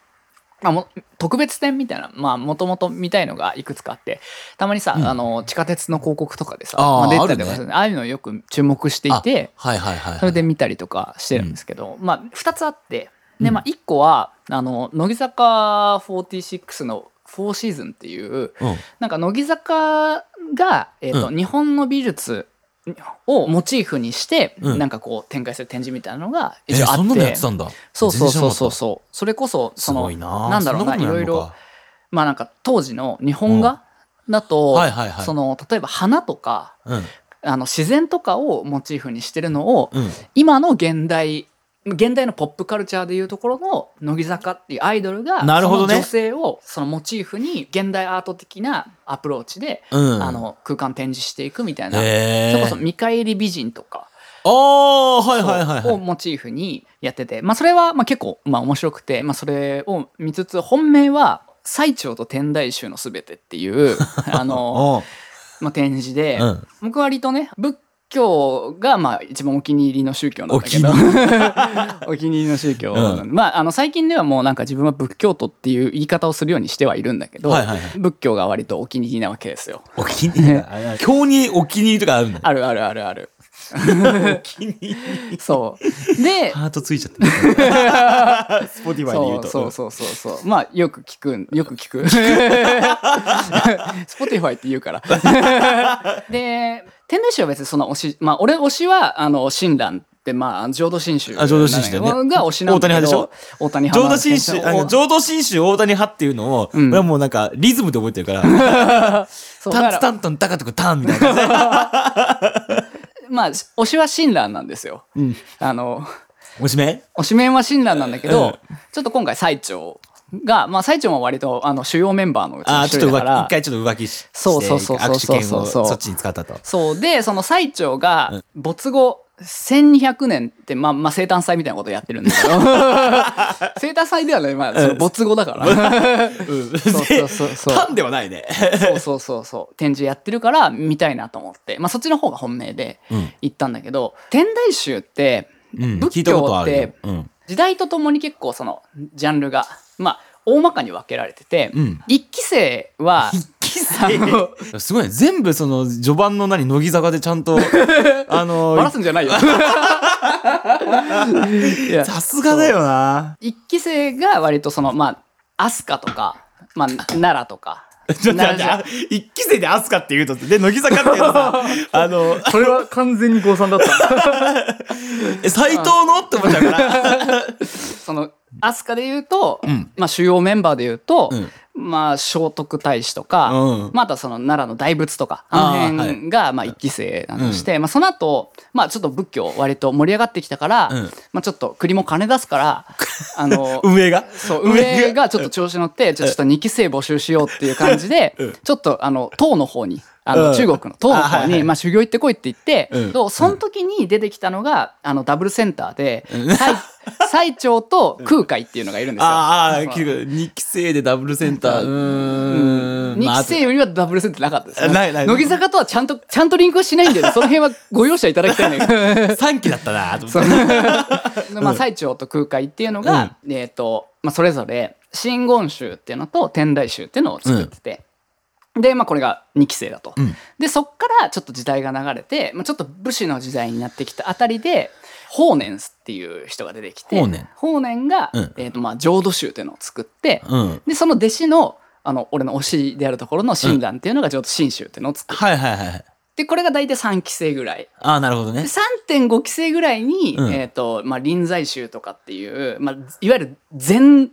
[SPEAKER 1] まあ、も特別展みたいなもともと見たいのがいくつかあってたまにさ、
[SPEAKER 2] うん
[SPEAKER 1] あの地下鉄の広告とかでさ
[SPEAKER 2] あー
[SPEAKER 1] まあ、出たりとか
[SPEAKER 2] あ
[SPEAKER 1] す
[SPEAKER 2] る
[SPEAKER 1] るああいうのをよく注目していて
[SPEAKER 2] あはいはいはいはい
[SPEAKER 1] それで見たりとかしてるんですけど、まあ、2つあってで、まあ、1個はあの乃木坂46の「フォーシーズン」っていう
[SPEAKER 2] うん
[SPEAKER 1] なんか乃木坂が、えーと
[SPEAKER 2] う
[SPEAKER 1] 日本の美術をモチーフにして、
[SPEAKER 2] うん
[SPEAKER 1] なんかこう展開する展示みたいなのが
[SPEAKER 2] え
[SPEAKER 1] 一応あって、
[SPEAKER 2] そんなのやってたんだ
[SPEAKER 1] そうそうそうそう
[SPEAKER 2] 全然知らなかっ
[SPEAKER 1] そうそれこそ
[SPEAKER 2] た
[SPEAKER 1] そ
[SPEAKER 2] す
[SPEAKER 1] の
[SPEAKER 2] ごいな
[SPEAKER 1] なんだろうな
[SPEAKER 2] そこと
[SPEAKER 1] いろいろ
[SPEAKER 2] やるのか
[SPEAKER 1] まあなんか当時の日本画だと、
[SPEAKER 2] はいはいはい
[SPEAKER 1] その例えば花とか
[SPEAKER 2] うん
[SPEAKER 1] あの自然とかをモチーフにしてるのを
[SPEAKER 2] うん
[SPEAKER 1] 今の現代現代のポップカルチャーでいうところの乃木坂っていうアイドルが
[SPEAKER 2] なるほどね
[SPEAKER 1] その女性をそのモチーフに現代アート的なアプローチで、
[SPEAKER 2] うん
[SPEAKER 1] あの空間展示していくみたいな、
[SPEAKER 2] へえ
[SPEAKER 1] それこそ見返り美人とか
[SPEAKER 2] ああはいはいはい
[SPEAKER 1] を
[SPEAKER 2] はい
[SPEAKER 1] モチーフにやってて、まあ、それはまあ結構まあ面白くて、まあ、それを見つつ本命は「最澄と天台宗のすべて」っていう
[SPEAKER 2] *laughs*
[SPEAKER 1] あの、
[SPEAKER 2] おう
[SPEAKER 1] まあ、展示で、
[SPEAKER 2] うん
[SPEAKER 1] 僕は割とね仏教がまあ一番お気に入りの宗教なんだけど
[SPEAKER 2] お
[SPEAKER 1] *laughs* お気に入りの宗教、
[SPEAKER 2] う
[SPEAKER 1] まああの最近ではもうなんか自分は仏教徒っていう言い方をするようにしてはいるんだけど、
[SPEAKER 2] はいはいはい
[SPEAKER 1] 仏教が割とお気に入りなわけですよ。
[SPEAKER 2] お気に入りだあ今日にお気に入りとかあるんだね
[SPEAKER 1] あるあるあるある。
[SPEAKER 2] お気に入り
[SPEAKER 1] そう。で、
[SPEAKER 2] ハートついち
[SPEAKER 1] *laughs*
[SPEAKER 2] ゃったね Spotify で言
[SPEAKER 1] そうう
[SPEAKER 2] と
[SPEAKER 1] そうそうそうそうまあよく聞くんよく聞
[SPEAKER 2] *laughs*
[SPEAKER 1] く Spotify って言うからで天台宗は別にそんな推しまあ俺推しはあの親鸞ってまあ浄土真宗
[SPEAKER 2] あ浄土真宗だよね
[SPEAKER 1] なんだけどが推しなんだけど
[SPEAKER 2] 大谷
[SPEAKER 1] 大谷
[SPEAKER 2] 派浄
[SPEAKER 1] 派
[SPEAKER 2] 土真宗、あの浄土真宗大谷派っていうのを、
[SPEAKER 1] うん
[SPEAKER 2] 俺はもうなんかリズムで覚えてる
[SPEAKER 1] *laughs*
[SPEAKER 2] から、
[SPEAKER 1] 宗
[SPEAKER 2] タンツタンタンタカタクタンみたいな感
[SPEAKER 1] まあ推しは親鸞なんですよ、
[SPEAKER 2] じで。
[SPEAKER 1] あの
[SPEAKER 2] おしめ
[SPEAKER 1] 推しメンは親鸞なんだけ
[SPEAKER 2] う
[SPEAKER 1] ど
[SPEAKER 2] ん、
[SPEAKER 1] ちょっと今回最長がまあ最長も割とあの主要メンバーのうちの
[SPEAKER 2] あー
[SPEAKER 1] 一
[SPEAKER 2] ちょっ
[SPEAKER 1] 人
[SPEAKER 2] と
[SPEAKER 1] だか
[SPEAKER 2] 浮
[SPEAKER 1] ら
[SPEAKER 2] 気、一回ちょっと浮気し
[SPEAKER 1] そうそう
[SPEAKER 2] して
[SPEAKER 1] そうそうそう
[SPEAKER 2] 握手券を
[SPEAKER 1] そうそう
[SPEAKER 2] そっちに使ったと。
[SPEAKER 1] そうでその最澄が没後1200年って、まあ、まあ生誕祭みたいなことやってるんだ
[SPEAKER 2] *laughs*
[SPEAKER 1] けど生誕祭ではない、まあ、その没後だから
[SPEAKER 2] うん
[SPEAKER 1] そうそうそうそう
[SPEAKER 2] タンではないね。
[SPEAKER 1] そうそうそうそう展示やってるから見たいなと思って、まあ、そっちの方が本命で
[SPEAKER 2] うん
[SPEAKER 1] 行ったんだけど天台宗って
[SPEAKER 2] うん
[SPEAKER 1] 仏教って
[SPEAKER 2] ようん
[SPEAKER 1] 時代とともに結構そのジャンルがまあ大まかに分けられてて、
[SPEAKER 2] うん
[SPEAKER 1] 一期生はあの
[SPEAKER 2] すごいね全部その序盤の何乃木坂でちゃ
[SPEAKER 1] *laughs*
[SPEAKER 2] んとあ
[SPEAKER 1] *laughs*
[SPEAKER 2] の
[SPEAKER 1] バラすんじゃないよいや
[SPEAKER 2] さすがだよな
[SPEAKER 1] 一期生が割とそのまあ飛鳥とか、まあ、奈良とか
[SPEAKER 2] ちょっと待ってあ、一期生でアスカって言うとって、で、乃木坂っていう
[SPEAKER 1] *laughs*
[SPEAKER 2] のさ、あの、
[SPEAKER 1] これは完全に誤算だった
[SPEAKER 2] え、斎藤のって思っちゃう
[SPEAKER 1] *laughs*
[SPEAKER 2] から。
[SPEAKER 1] そのアスカで言うと、
[SPEAKER 2] ん
[SPEAKER 1] まあ、主要メンバーで言うと、
[SPEAKER 2] うん
[SPEAKER 1] まあ聖徳太子とか、
[SPEAKER 2] うん
[SPEAKER 1] またその奈良の大仏とか
[SPEAKER 2] あー
[SPEAKER 1] あの辺がまあ一期生だとして、まあ、その後、まあちょっと仏教割と盛り上がってきたから、
[SPEAKER 2] うん
[SPEAKER 1] まあ、ちょっと国も金出すからあ *laughs* の
[SPEAKER 2] 運営が
[SPEAKER 1] そう運営がちょっと調子乗ってじゃあちょっと2期生募集しようっていう感じで、
[SPEAKER 2] うん
[SPEAKER 1] ちょっとあの唐の方にあ
[SPEAKER 2] う
[SPEAKER 1] の
[SPEAKER 2] ん
[SPEAKER 1] 中国の唐の
[SPEAKER 2] あは
[SPEAKER 1] 方
[SPEAKER 2] いはい
[SPEAKER 1] にまあ修行行ってこいって言って、
[SPEAKER 2] うん
[SPEAKER 1] とその時に出てきたのがあのダブルセンターで
[SPEAKER 2] うん *laughs*
[SPEAKER 1] 最最長と空海っていうのがいるんですよ。
[SPEAKER 2] あーあー、
[SPEAKER 1] まあ
[SPEAKER 2] 結局二期生でダブルセンター。うーん。
[SPEAKER 1] 2期生よりはダブルセンターなかったですね、
[SPEAKER 2] ないない
[SPEAKER 1] 乃木坂とはちゃんとちゃんとリンクはしないんで、その辺はご容赦いただきたいんだけど
[SPEAKER 2] 3期だったなと思って
[SPEAKER 1] そうでまあ、最澄と空海っていうのが、えーとまあ、それぞれ真言宗っていうのと天台宗っていうのを作ってて、で、まあ、これが2期生だと、
[SPEAKER 2] うん
[SPEAKER 1] でそっからちょっと時代が流れて、まあ、ちょっと武士の時代になってきたあたりで法然っていう人が出てきて
[SPEAKER 2] 法然
[SPEAKER 1] 然が、
[SPEAKER 2] うん
[SPEAKER 1] えーとまあ、浄土宗っていうのを作って、
[SPEAKER 2] うん。
[SPEAKER 1] でその弟子のあの俺の推しであるところの親鸞っていうのが浄土真宗っていうのを作って、
[SPEAKER 2] はいはいはい。
[SPEAKER 1] でこれが大体3期生ぐらい
[SPEAKER 2] ああ、なるほどね。
[SPEAKER 1] で3.5期生ぐらいに、
[SPEAKER 2] うん
[SPEAKER 1] えっ、と、まあ、臨済宗とかっていう、まあ、いわゆる禅っ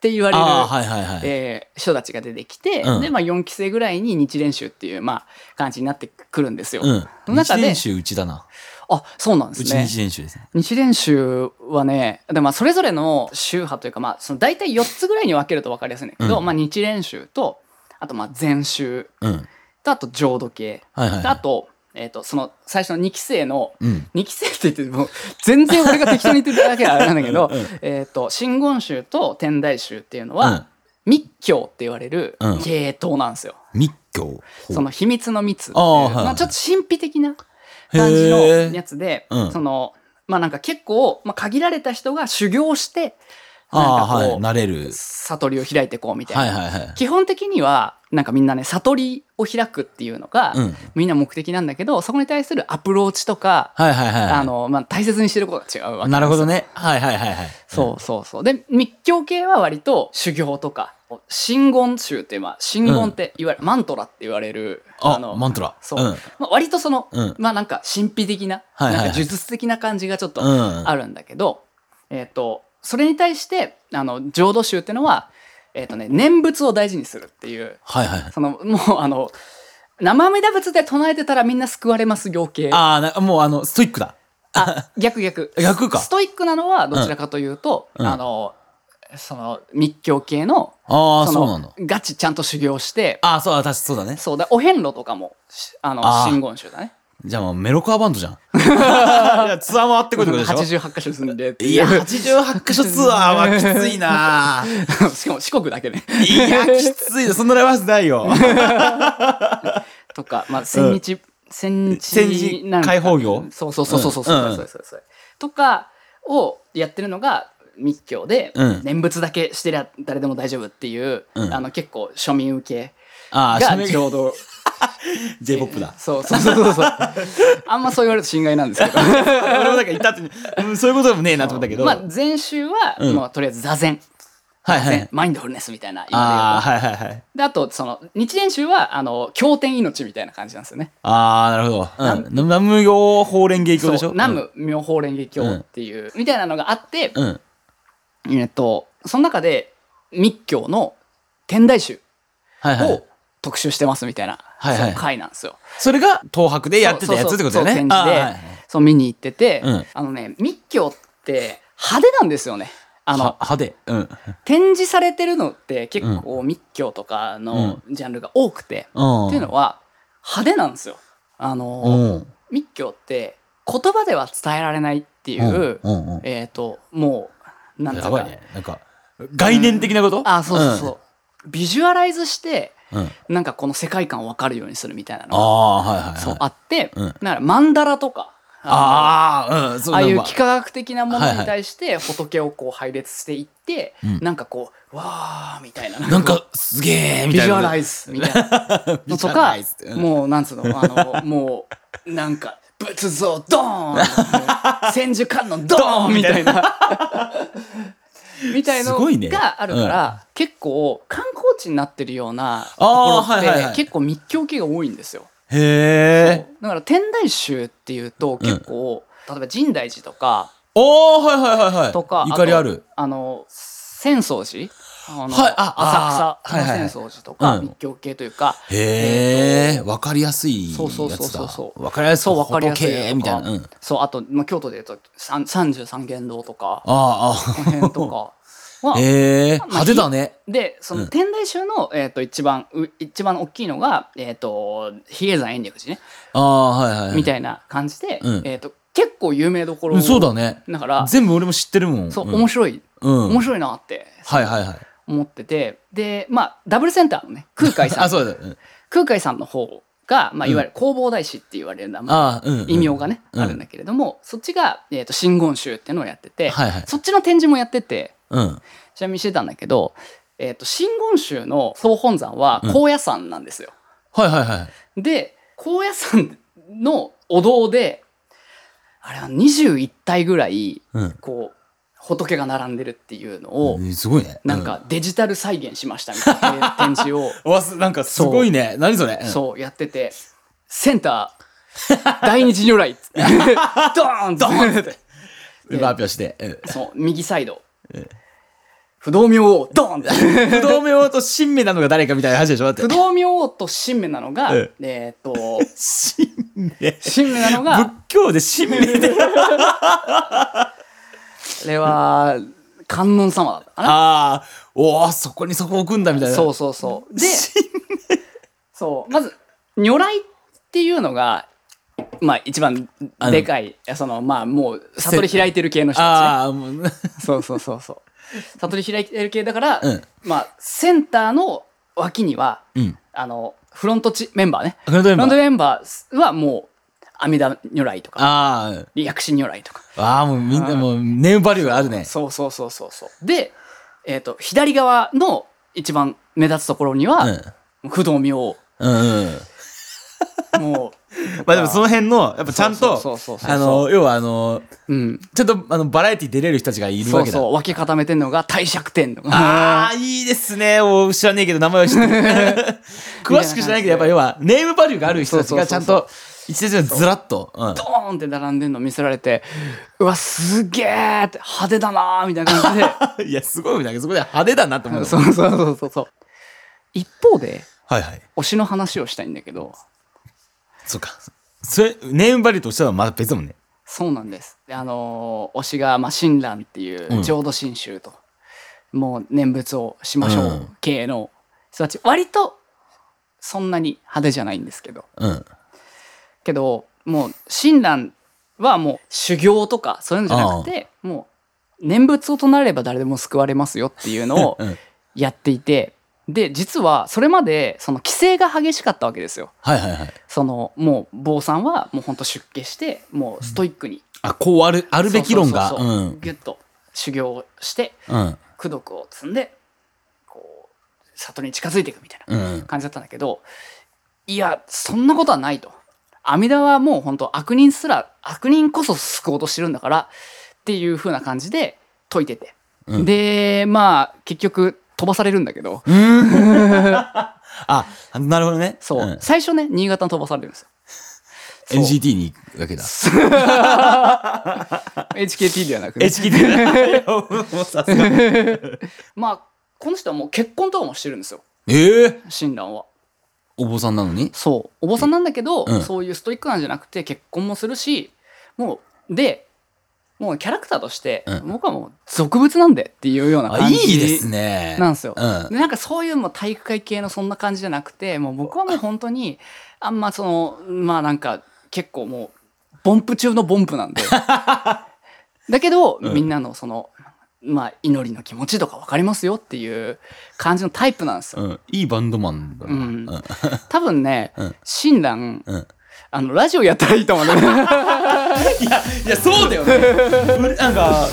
[SPEAKER 1] て言われる、
[SPEAKER 2] ああ、はいはいはい。
[SPEAKER 1] えー人たちが出てきて、
[SPEAKER 2] うん
[SPEAKER 1] で、まあ、4期生ぐらいに日蓮宗っていう、まあ、感じになってくるんですよ。
[SPEAKER 2] うん。
[SPEAKER 1] の中
[SPEAKER 2] 日
[SPEAKER 1] で
[SPEAKER 2] 練習うちだな。
[SPEAKER 1] あ、そうなんで
[SPEAKER 2] う
[SPEAKER 1] す
[SPEAKER 2] ち
[SPEAKER 1] ね。
[SPEAKER 2] 日練習ですね。
[SPEAKER 1] 日蓮宗はね、でまあそれぞれの宗派というか、まあ、その大体4つぐらいに分けると分かりやすいんだけど、
[SPEAKER 2] うん
[SPEAKER 1] まあ、日蓮宗と、あと、まあ、禅宗
[SPEAKER 2] うん。
[SPEAKER 1] と、あと、浄土系。
[SPEAKER 2] はいはい
[SPEAKER 1] で
[SPEAKER 2] は
[SPEAKER 1] あ
[SPEAKER 2] い。
[SPEAKER 1] と、えっ、と、その最初の2期生の、
[SPEAKER 2] うん。
[SPEAKER 1] 二期生って言ってもう全然俺が適当に言ってただけはあれなんだけど
[SPEAKER 2] *laughs* うんうん
[SPEAKER 1] えっと真言宗と天台宗っていうのは、密教って言われる
[SPEAKER 2] うん
[SPEAKER 1] 系統なんですよ。
[SPEAKER 2] うん、密教。
[SPEAKER 1] その秘密の密っていう
[SPEAKER 2] ああはい
[SPEAKER 1] まあ、ちょっと神秘的な感じの
[SPEAKER 2] へえ
[SPEAKER 1] やつで、
[SPEAKER 2] うん
[SPEAKER 1] そのまあなんか結構、まあ、限られた人が修行してなん
[SPEAKER 2] あ
[SPEAKER 1] か
[SPEAKER 2] あー、
[SPEAKER 1] こ
[SPEAKER 2] は
[SPEAKER 1] う、
[SPEAKER 2] い。なれる。
[SPEAKER 1] 悟りを開いてこうみたいな、
[SPEAKER 2] はいはいはい。
[SPEAKER 1] 基本的にはなんかみんなね悟りを開くっていうのが、
[SPEAKER 2] うん。
[SPEAKER 1] みんな目的なんだけどそこに対するアプローチとか、
[SPEAKER 2] はいはいはい。
[SPEAKER 1] あのまあ、大切にしてることが違うわけ
[SPEAKER 2] なるほどね。はいはいはいはい。
[SPEAKER 1] そうそうそう。で、密教系は割と修行とか、真言宗って、まあ、真言って、いわゆるマントラって言われる、
[SPEAKER 2] あ、
[SPEAKER 1] の、
[SPEAKER 2] マントラ。
[SPEAKER 1] そう。まあ、割とその、
[SPEAKER 2] うん
[SPEAKER 1] まあなんか神秘的な、
[SPEAKER 2] はいはいはい
[SPEAKER 1] なんか呪術的な感じがちょっと
[SPEAKER 2] うん。うん。
[SPEAKER 1] あるんだけど、えっ、と、それに対して、あの、浄土宗ってのは、えっ、とね、念仏を大事にするっていう、
[SPEAKER 2] はいはいはい。
[SPEAKER 1] その、もうあの、生身仏で唱えてたらみんな救われます行系。
[SPEAKER 2] ああ、なもうあの、ストイックだ。
[SPEAKER 1] あ逆逆
[SPEAKER 2] 逆か
[SPEAKER 1] ストイックなのはどちらかというと、
[SPEAKER 2] うんうん
[SPEAKER 1] あのその密教系の
[SPEAKER 2] ああ、
[SPEAKER 1] そ
[SPEAKER 2] そうなの。
[SPEAKER 1] ガチちゃんと修行して
[SPEAKER 2] ああ、そう、私、そうだね。
[SPEAKER 1] そうだお遍路とかもしあの
[SPEAKER 2] あー
[SPEAKER 1] 真言宗だね
[SPEAKER 2] じゃあもうメロコアバン
[SPEAKER 1] *laughs*
[SPEAKER 2] ドじゃん。いやツアー回ってこいってことでしょ
[SPEAKER 1] 88箇所住んでって
[SPEAKER 2] い
[SPEAKER 1] いう
[SPEAKER 2] や、88カ所ツアーはきついな
[SPEAKER 1] *laughs* しかも四国だけね
[SPEAKER 2] いや、きついな。そんなライブハウスない
[SPEAKER 1] *laughs*
[SPEAKER 2] よ。
[SPEAKER 1] とか、まあ、千日、千日
[SPEAKER 2] 千日
[SPEAKER 1] なんか
[SPEAKER 2] 開放業
[SPEAKER 1] そうそうそうそうそうそう
[SPEAKER 2] うんうん
[SPEAKER 1] そうそうそうとかをやってるのが密教で、
[SPEAKER 2] うん
[SPEAKER 1] 念仏だけしてりゃ誰でも大丈夫っていう、
[SPEAKER 2] うん
[SPEAKER 1] あの結構庶民受け
[SPEAKER 2] ああ、
[SPEAKER 1] が
[SPEAKER 2] メ
[SPEAKER 1] ちょうど
[SPEAKER 2] J-POP だ。
[SPEAKER 1] そうそうそうそうそう。あんまそう言われると心外なんですけど。
[SPEAKER 2] 俺もなんかいたって、うんそういうことでもねえなと思ったけど。
[SPEAKER 1] ま
[SPEAKER 2] は
[SPEAKER 1] あ
[SPEAKER 2] い
[SPEAKER 1] 前週は、
[SPEAKER 2] うん
[SPEAKER 1] まあとりあえず座禅、
[SPEAKER 2] は
[SPEAKER 1] 禅
[SPEAKER 2] い。
[SPEAKER 1] マインドフルネスみたいな意味で言うと
[SPEAKER 2] ああ、はいはいはい。
[SPEAKER 1] であとその日蓮宗はあの経典命みたいな感じなんですよね。
[SPEAKER 2] ああ、なるほど。うん。南無行法蓮華経でしょ
[SPEAKER 1] そう南無妙法蓮華経っていう、みたいなのがあって、
[SPEAKER 2] うん。うん
[SPEAKER 1] えっとその中で密教の天台宗
[SPEAKER 2] はいはい
[SPEAKER 1] を。特集してますみたいな、
[SPEAKER 2] はいはい
[SPEAKER 1] その回なんですよ。
[SPEAKER 2] それが東博でやってたやつってことだよね。
[SPEAKER 1] そうそうそうそう展
[SPEAKER 2] あ
[SPEAKER 1] 示で、そう見に行ってて、
[SPEAKER 2] うん
[SPEAKER 1] あのね密教って派手なんですよね。あ
[SPEAKER 2] あの
[SPEAKER 1] の
[SPEAKER 2] 派手。うん。
[SPEAKER 1] 展示されてるのって結構密教とかのジャンルが多くて、
[SPEAKER 2] うん。
[SPEAKER 1] っていうのは派手なんですよ。あの、
[SPEAKER 2] うん。
[SPEAKER 1] 密教って言葉では伝えられないっていう、
[SPEAKER 2] うんうんうん
[SPEAKER 1] えっ、ともうなんていう
[SPEAKER 2] や
[SPEAKER 1] か
[SPEAKER 2] ばいね。なんか、概念的なこと
[SPEAKER 1] あそうそうそう、ビジュアライズして
[SPEAKER 2] うん。うん。
[SPEAKER 1] なんかこの世界観を分かるようにするみたいな
[SPEAKER 2] あ
[SPEAKER 1] のが
[SPEAKER 2] あ、はいはいはい。
[SPEAKER 1] そうあって、
[SPEAKER 2] うん
[SPEAKER 1] だから曼荼羅とかあ
[SPEAKER 2] ああ、うん。そ
[SPEAKER 1] のああいう
[SPEAKER 2] なんか
[SPEAKER 1] 幾何学的なものに対して仏をこう配列していって、
[SPEAKER 2] うん
[SPEAKER 1] なんかこうわーみたいな
[SPEAKER 2] なんか、すげえみ
[SPEAKER 1] ビジ
[SPEAKER 2] たい
[SPEAKER 1] ュ
[SPEAKER 2] な。
[SPEAKER 1] アラ
[SPEAKER 2] イ
[SPEAKER 1] イズみたいなのとか、
[SPEAKER 2] も
[SPEAKER 1] もうなんつうの、あの、もう、なんか、 *laughs* 仏像ドーン千手観音ドーンみたいな。 *laughs* みたいの
[SPEAKER 2] すごいね
[SPEAKER 1] があるから、結構観光地になってるようなと
[SPEAKER 2] あー
[SPEAKER 1] ころって、
[SPEAKER 2] はいはいはい
[SPEAKER 1] 結構密教系が多いんですよ。
[SPEAKER 2] へえ。
[SPEAKER 1] だから天台宗っていうと結構、例えば深大寺とか
[SPEAKER 2] おー、はいはいはいはい。
[SPEAKER 1] とか
[SPEAKER 2] ゆかりある。
[SPEAKER 1] あの浅草寺あの、
[SPEAKER 2] はいああー
[SPEAKER 1] 浅草
[SPEAKER 2] はいはい
[SPEAKER 1] の浅草寺とか、
[SPEAKER 2] うん
[SPEAKER 1] 密教系というか、
[SPEAKER 2] へえ、わかりやすいやつだ。
[SPEAKER 1] そうそうそうそうそう
[SPEAKER 2] わかりやすい。
[SPEAKER 1] そうわかりやすい
[SPEAKER 2] 仏みたいな。うん。あ
[SPEAKER 1] そうあと、まあ、京都でいうとさん三十三間堂とか
[SPEAKER 2] あ、
[SPEAKER 1] この辺とかは
[SPEAKER 2] ああ。 *laughs* へえ、派手だね。
[SPEAKER 1] でそうの
[SPEAKER 2] ん
[SPEAKER 1] 天台宗の、えー、と一番う一番大きいのが、えー、と比叡山延暦寺ね、
[SPEAKER 2] ああ、はいはい。
[SPEAKER 1] みたいな感じで、
[SPEAKER 2] うん
[SPEAKER 1] えー、と結構有名どころ、
[SPEAKER 2] うんそうだね。
[SPEAKER 1] だから
[SPEAKER 2] 全部俺も知ってるもん。
[SPEAKER 1] そう、
[SPEAKER 2] ん
[SPEAKER 1] 面白い
[SPEAKER 2] うん。
[SPEAKER 1] 面白いなって
[SPEAKER 2] はいはいはい。
[SPEAKER 1] 思っててでまあダブルセンターのね空海さ
[SPEAKER 2] *laughs* あ、
[SPEAKER 1] ん
[SPEAKER 2] そうだ。うん
[SPEAKER 1] 空海さんの方が、まあ、
[SPEAKER 2] うん
[SPEAKER 1] いわゆる弘法大師って言われる名前、
[SPEAKER 2] ああ、うんうん。
[SPEAKER 1] 異名がね、
[SPEAKER 2] うん
[SPEAKER 1] あるんだけれどもそっちが、えー、と真言宗っていうのをやってて、
[SPEAKER 2] はいはい。
[SPEAKER 1] そっちの展示もやってて
[SPEAKER 2] うん。
[SPEAKER 1] ちなみにしてたんだけど、えー、と真言宗の総本山は高野山なんですよ。
[SPEAKER 2] はいはいはい。
[SPEAKER 1] で高野山のお堂であれは21体ぐらい
[SPEAKER 2] うん
[SPEAKER 1] こう仏が並んでるっていうのを、
[SPEAKER 2] うん。すごいね。
[SPEAKER 1] なんかデジタル再現しましたみたいな展示を
[SPEAKER 2] うん。わす、なんかすごいね。何それ。 *laughs* うん
[SPEAKER 1] そうやっててセンター第二次如来
[SPEAKER 2] *laughs*
[SPEAKER 1] っつってドーンドーンって
[SPEAKER 2] うん。発表して。うん
[SPEAKER 1] そう右サイド不動明王ドーンって *laughs*
[SPEAKER 2] 不動明王と神明なのが誰かみたいな話でしょだって
[SPEAKER 1] 不。動明王と神明なのが、
[SPEAKER 2] うん
[SPEAKER 1] えーっと
[SPEAKER 2] 神
[SPEAKER 1] *laughs*
[SPEAKER 2] 明。
[SPEAKER 1] 神明なの
[SPEAKER 2] *laughs* 仏
[SPEAKER 1] が
[SPEAKER 2] 教で神明
[SPEAKER 1] *laughs*
[SPEAKER 2] で。
[SPEAKER 1] あれは観音様だったかな
[SPEAKER 2] ああ、おお、そこにそこ置くんだみたいな。
[SPEAKER 1] そうそうそうでそうまず如来っていうのがまあ一番
[SPEAKER 2] あの
[SPEAKER 1] でかいいやそのまあもう悟り開いてる系の人た
[SPEAKER 2] *laughs* ああ、もう、 *laughs*
[SPEAKER 1] ち、ね、そうそうそうそう悟り開いてる系だから、
[SPEAKER 2] うん
[SPEAKER 1] まあセンターの脇には
[SPEAKER 2] うん。
[SPEAKER 1] あのフロントチメンバーね
[SPEAKER 2] フロント
[SPEAKER 1] フ
[SPEAKER 2] メンバ
[SPEAKER 1] ロント
[SPEAKER 2] ー。
[SPEAKER 1] メンバーはもう阿弥陀如来とか
[SPEAKER 2] あー
[SPEAKER 1] 薬師如来とか
[SPEAKER 2] あー、もうみん
[SPEAKER 1] あ
[SPEAKER 2] な、
[SPEAKER 1] ー
[SPEAKER 2] もう、ネームバリューがあるね。
[SPEAKER 1] そうそうそうそうそうで、えー、と左側の一番目立つところには、不動明王
[SPEAKER 2] うん。うんうん。
[SPEAKER 1] もう
[SPEAKER 2] まあでもその辺の、や *laughs* っぱちゃん
[SPEAKER 1] そう
[SPEAKER 2] と、
[SPEAKER 1] そうそうそう
[SPEAKER 2] あの、要はあの、
[SPEAKER 1] うん
[SPEAKER 2] ちょっと、あの、バラエティ出れる人たちがいる
[SPEAKER 1] そ
[SPEAKER 2] わ
[SPEAKER 1] う
[SPEAKER 2] けだ。
[SPEAKER 1] そう分け固めてんのが帝釈天と
[SPEAKER 2] あ
[SPEAKER 1] か
[SPEAKER 2] あ、いいですね。お知らねえけど、名前は知ってる。 *laughs* 詳しく知らないけど、やっぱ要は、ネームバリューがある人たちがちゃんと、一列にずらっと。うん
[SPEAKER 1] ドーンって並んでんの見せられてうわすげえって派手だなーみたいな感じで
[SPEAKER 2] *laughs* いや、すごい、なんかそこで派手だなと思う。
[SPEAKER 1] そうそうそうそうそう一方で
[SPEAKER 2] はいはい。
[SPEAKER 1] 推しの話をしたいんだけど
[SPEAKER 2] そうか。それ、ネームバリューとしてはまだ別だもんね。
[SPEAKER 1] そうなんです。であのー推しが、まあ、親鸞っていう浄土真宗と、もう念仏をしましょ
[SPEAKER 2] う
[SPEAKER 1] うん系の人たち、割とそんなに派手じゃないんですけど、
[SPEAKER 2] うん。
[SPEAKER 1] けど、もう親鸞はもう修行とかそういうのじゃなくて、もう念仏を唱えれば誰でも救われますよっていうの *laughs* を
[SPEAKER 2] うん
[SPEAKER 1] やっていて、で、実はそれまでその規制が激しかったわけですよ。
[SPEAKER 2] はいはいはい。
[SPEAKER 1] そのもう坊さんはもう本当出家して、もうストイックに
[SPEAKER 2] あ、こうある、あるべき論が。
[SPEAKER 1] そう
[SPEAKER 2] う。
[SPEAKER 1] そうそうそうんギュッと修行をして
[SPEAKER 2] うん。
[SPEAKER 1] 功徳を積んでこう里に近づいていくみたいな
[SPEAKER 2] うん。
[SPEAKER 1] 感じだったんだけどいやそんなことはないと阿弥陀はもう本当悪人すら悪人こそ救おうとしてるんだからっていう風な感じで解いてて、
[SPEAKER 2] うん
[SPEAKER 1] でまあ結局飛ばされるんだけど、
[SPEAKER 2] *laughs* あ、なるほどね。
[SPEAKER 1] そう、
[SPEAKER 2] ん
[SPEAKER 1] 最初ね新潟に飛ばされるんです
[SPEAKER 2] *laughs*
[SPEAKER 1] よそう
[SPEAKER 2] NGT に行くわけだ。
[SPEAKER 1] HKT ではなくね
[SPEAKER 2] HKT *laughs* だ。いやもうさすが。
[SPEAKER 1] まあこの人はもう結婚とかもしてるんですよ
[SPEAKER 2] ええ。
[SPEAKER 1] 親鸞は。
[SPEAKER 2] お坊さんなのに
[SPEAKER 1] そうお坊さんなんだけど、
[SPEAKER 2] うん
[SPEAKER 1] そういうストイックなんじゃなくて結婚もするしもうでもうキャラクターとして、
[SPEAKER 2] うん
[SPEAKER 1] 僕はもう俗物なんでっていうような
[SPEAKER 2] あ、
[SPEAKER 1] 感
[SPEAKER 2] い
[SPEAKER 1] じ
[SPEAKER 2] いですね。
[SPEAKER 1] なんですよ、
[SPEAKER 2] うん
[SPEAKER 1] でなんかそういうもう体育会系のそんな感じじゃなくてもう僕はもう本当にあんまそのまあなんか結構もうボンプ中のボンプ
[SPEAKER 2] *laughs*
[SPEAKER 1] なんでだけど、
[SPEAKER 2] うん
[SPEAKER 1] みんなのそのまあ祈りの気持ちとか分かりますよっていう感じのタイプなんですよ、
[SPEAKER 2] うん。いいバンドマンだな。
[SPEAKER 1] う
[SPEAKER 2] うんん。
[SPEAKER 1] 多分ね、
[SPEAKER 2] うん
[SPEAKER 1] 親鸞
[SPEAKER 2] うん。
[SPEAKER 1] あの、ラジオやったらいいと思うね。
[SPEAKER 2] *laughs* いや、いや、そうだよね。俺なんか、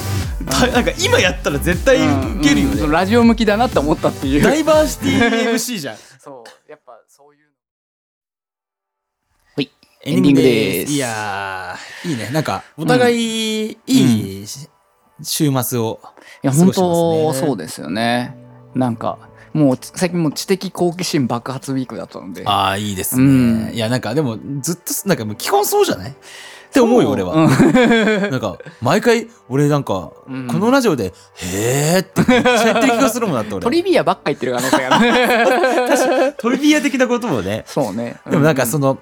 [SPEAKER 2] たなんか今やったら絶対ウケるよ
[SPEAKER 1] うん
[SPEAKER 2] ね。
[SPEAKER 1] ラジオ向きだなって思ったっていう。
[SPEAKER 2] ダイバーシティ MC じゃん。
[SPEAKER 1] そう、やっぱそういう。
[SPEAKER 2] エンディ
[SPEAKER 1] エンディ
[SPEAKER 2] ング
[SPEAKER 1] ング
[SPEAKER 2] で
[SPEAKER 1] です
[SPEAKER 2] す。いやー、いいね。なんか、お互い、いい、週末を。
[SPEAKER 1] いや
[SPEAKER 2] 過
[SPEAKER 1] 本
[SPEAKER 2] ごしてますね
[SPEAKER 1] 当そうですよねなんかもう最近もう知的好奇心爆発ウィークだったので
[SPEAKER 2] ああ、いいです
[SPEAKER 1] うん
[SPEAKER 2] ね。いや、なんかでも、ずっと、なんかもう基本そうじゃないって思うよ、俺は。
[SPEAKER 1] ん
[SPEAKER 2] なんか毎回俺なんか、
[SPEAKER 1] うん
[SPEAKER 2] このラジオで「へーって言っちゃってる気がするもんだって俺
[SPEAKER 1] トリビアばっか言ってる可能性がある
[SPEAKER 2] *laughs* トリビア的なこともね
[SPEAKER 1] そうね
[SPEAKER 2] でもなんかその、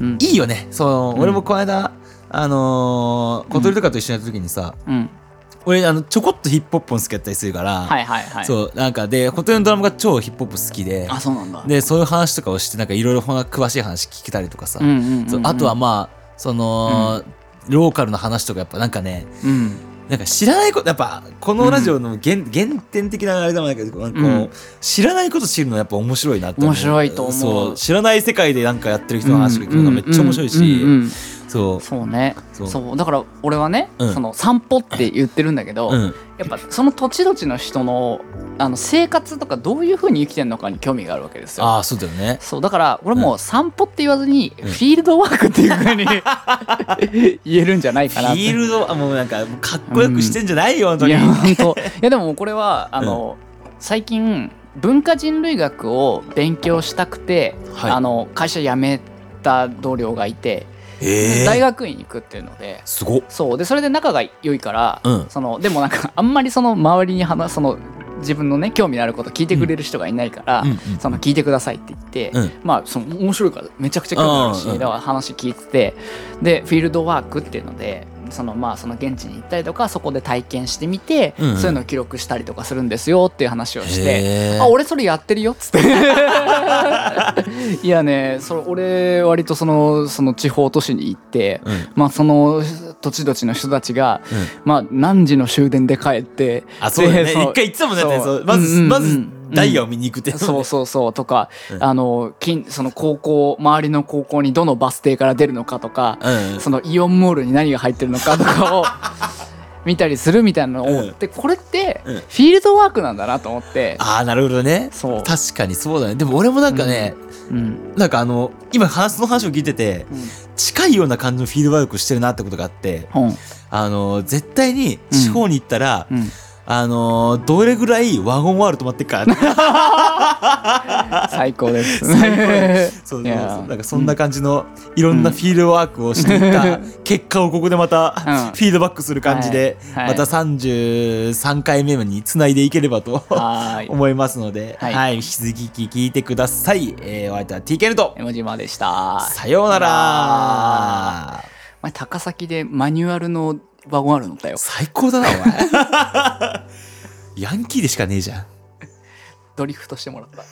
[SPEAKER 1] うん
[SPEAKER 2] いいよねその、
[SPEAKER 1] うん
[SPEAKER 2] 俺もこの間あのー小鳥とかと一緒にやった時にさ、
[SPEAKER 1] うん
[SPEAKER 2] 俺あのちょこっとヒップホップも好きだったりするから、
[SPEAKER 1] はいはいはい
[SPEAKER 2] そうなんかで小鳥のドラムが超ヒップホップ好きで
[SPEAKER 1] あそうなんだ
[SPEAKER 2] でそういう話とかをしてなんかいろいろほんな詳しい話聞けたりとかさ、
[SPEAKER 1] うんうんうんうん
[SPEAKER 2] そうあとはまあその、ローカルの話とかやっぱなんかね
[SPEAKER 1] うん
[SPEAKER 2] なんか知らないことやっぱこのラジオの原,、原点的なあれでもないけどこう、
[SPEAKER 1] うん
[SPEAKER 2] 知らないこと知るのやっぱ面白いなって思う
[SPEAKER 1] 面白いと思う
[SPEAKER 2] そう知らない世界でなんかやってる人の話が聞くのがめっちゃ面白いし、
[SPEAKER 1] うんうんうんうん
[SPEAKER 2] そう
[SPEAKER 1] そうね
[SPEAKER 2] そ
[SPEAKER 1] そううだから俺はね、
[SPEAKER 2] うん
[SPEAKER 1] その散歩って言ってるんだけど、
[SPEAKER 2] うん
[SPEAKER 1] やっぱその土地土地の人のあの生活とかどういうふうに生きてるのかに興味があるわけですよ
[SPEAKER 2] ああそうだよね
[SPEAKER 1] そうだから俺もう散歩って言わずに
[SPEAKER 2] ん
[SPEAKER 1] フィールドワークっていうふうに
[SPEAKER 2] *laughs*
[SPEAKER 1] 言えるんじゃない
[SPEAKER 2] フ
[SPEAKER 1] かなって
[SPEAKER 2] ィールドはもうなんかかっこよくしてんじゃないよ、本当
[SPEAKER 1] い
[SPEAKER 2] に
[SPEAKER 1] や本当いやでもこれはあの、最近文化人類学を勉強したくて、
[SPEAKER 2] はい
[SPEAKER 1] あの会社辞めた同僚がいて、
[SPEAKER 2] え
[SPEAKER 1] 大
[SPEAKER 2] ー、
[SPEAKER 1] 学院に行くっていうのです
[SPEAKER 2] ごっ
[SPEAKER 1] そうでそれで仲が良いから、
[SPEAKER 2] うん
[SPEAKER 1] そのでもなんか *laughs* あんまりその周りに話その自分のね興味のあること聞いてくれる人がいないから、
[SPEAKER 2] うんうん
[SPEAKER 1] その聞いてくださいって言って、
[SPEAKER 2] うん
[SPEAKER 1] まあその面白いからめちゃくちゃ興味あるし、
[SPEAKER 2] うんうん
[SPEAKER 1] だから話聞いててでフィールドワークっていうのでそのまあその現地に行ったりとかそこで体験してみて、
[SPEAKER 2] うんうん
[SPEAKER 1] そういうのを記録したりとかするんですよっていう話をして。
[SPEAKER 2] へー
[SPEAKER 1] あ俺それやってるよっつって
[SPEAKER 2] *laughs*
[SPEAKER 1] いやねそれ俺割とそのその地方都市に行って、
[SPEAKER 2] うん
[SPEAKER 1] まあ、その土地土地の人たちが、まあ、何時の終電で帰って
[SPEAKER 2] あそうだよ
[SPEAKER 1] で
[SPEAKER 2] ね一
[SPEAKER 1] そう
[SPEAKER 2] 回言ってたもんね
[SPEAKER 1] そう
[SPEAKER 2] そうまず、
[SPEAKER 1] うんうんうん
[SPEAKER 2] まずダイヤを見に行くって、
[SPEAKER 1] そうそうそうとか、
[SPEAKER 2] うん
[SPEAKER 1] あの近その高校周りの高校にどのバス停から出るのかとか、
[SPEAKER 2] うん
[SPEAKER 1] そのイオンモールに何が入ってるのかとか
[SPEAKER 2] *laughs*
[SPEAKER 1] を見たりするみたいなのを、
[SPEAKER 2] うん
[SPEAKER 1] でこれってフ
[SPEAKER 2] うん
[SPEAKER 1] ィールドワークなんだなと思って、
[SPEAKER 2] ああなるほどね
[SPEAKER 1] そう
[SPEAKER 2] 確かにそうだねでも俺もなんかね、
[SPEAKER 1] うん
[SPEAKER 2] なんかあの今話その話を聞いてて
[SPEAKER 1] うん
[SPEAKER 2] 近いような感じのフィードバックしてるなってことがあって
[SPEAKER 1] うん
[SPEAKER 2] あの絶対に地方に行ったら、
[SPEAKER 1] うん、
[SPEAKER 2] あのどれぐらいワゴンワール止まってっか
[SPEAKER 1] *laughs*
[SPEAKER 2] なって
[SPEAKER 1] 最高
[SPEAKER 2] *laughs*
[SPEAKER 1] です。
[SPEAKER 2] そうそう
[SPEAKER 1] *laughs* いやー
[SPEAKER 2] なんかそんな感じのいろんなフィールドワークをしていった結果をここでまた
[SPEAKER 1] う
[SPEAKER 2] フ
[SPEAKER 1] ん
[SPEAKER 2] ィードバックする感じで、
[SPEAKER 1] はい
[SPEAKER 2] また33回目につないでいければと *laughs*
[SPEAKER 1] はい、
[SPEAKER 2] 思いますので、は
[SPEAKER 1] はいい
[SPEAKER 2] 引き続き聞いてください。えー、お相手は TK ルト
[SPEAKER 1] 江ノ島でした。
[SPEAKER 2] さような
[SPEAKER 1] あ
[SPEAKER 2] ら
[SPEAKER 1] お前高崎でマニュアルのワゴンあるのだよ。
[SPEAKER 2] 最高だな
[SPEAKER 1] *laughs*
[SPEAKER 2] お前ヤンキーでしかねえじゃん
[SPEAKER 1] ドリフトしてもらった。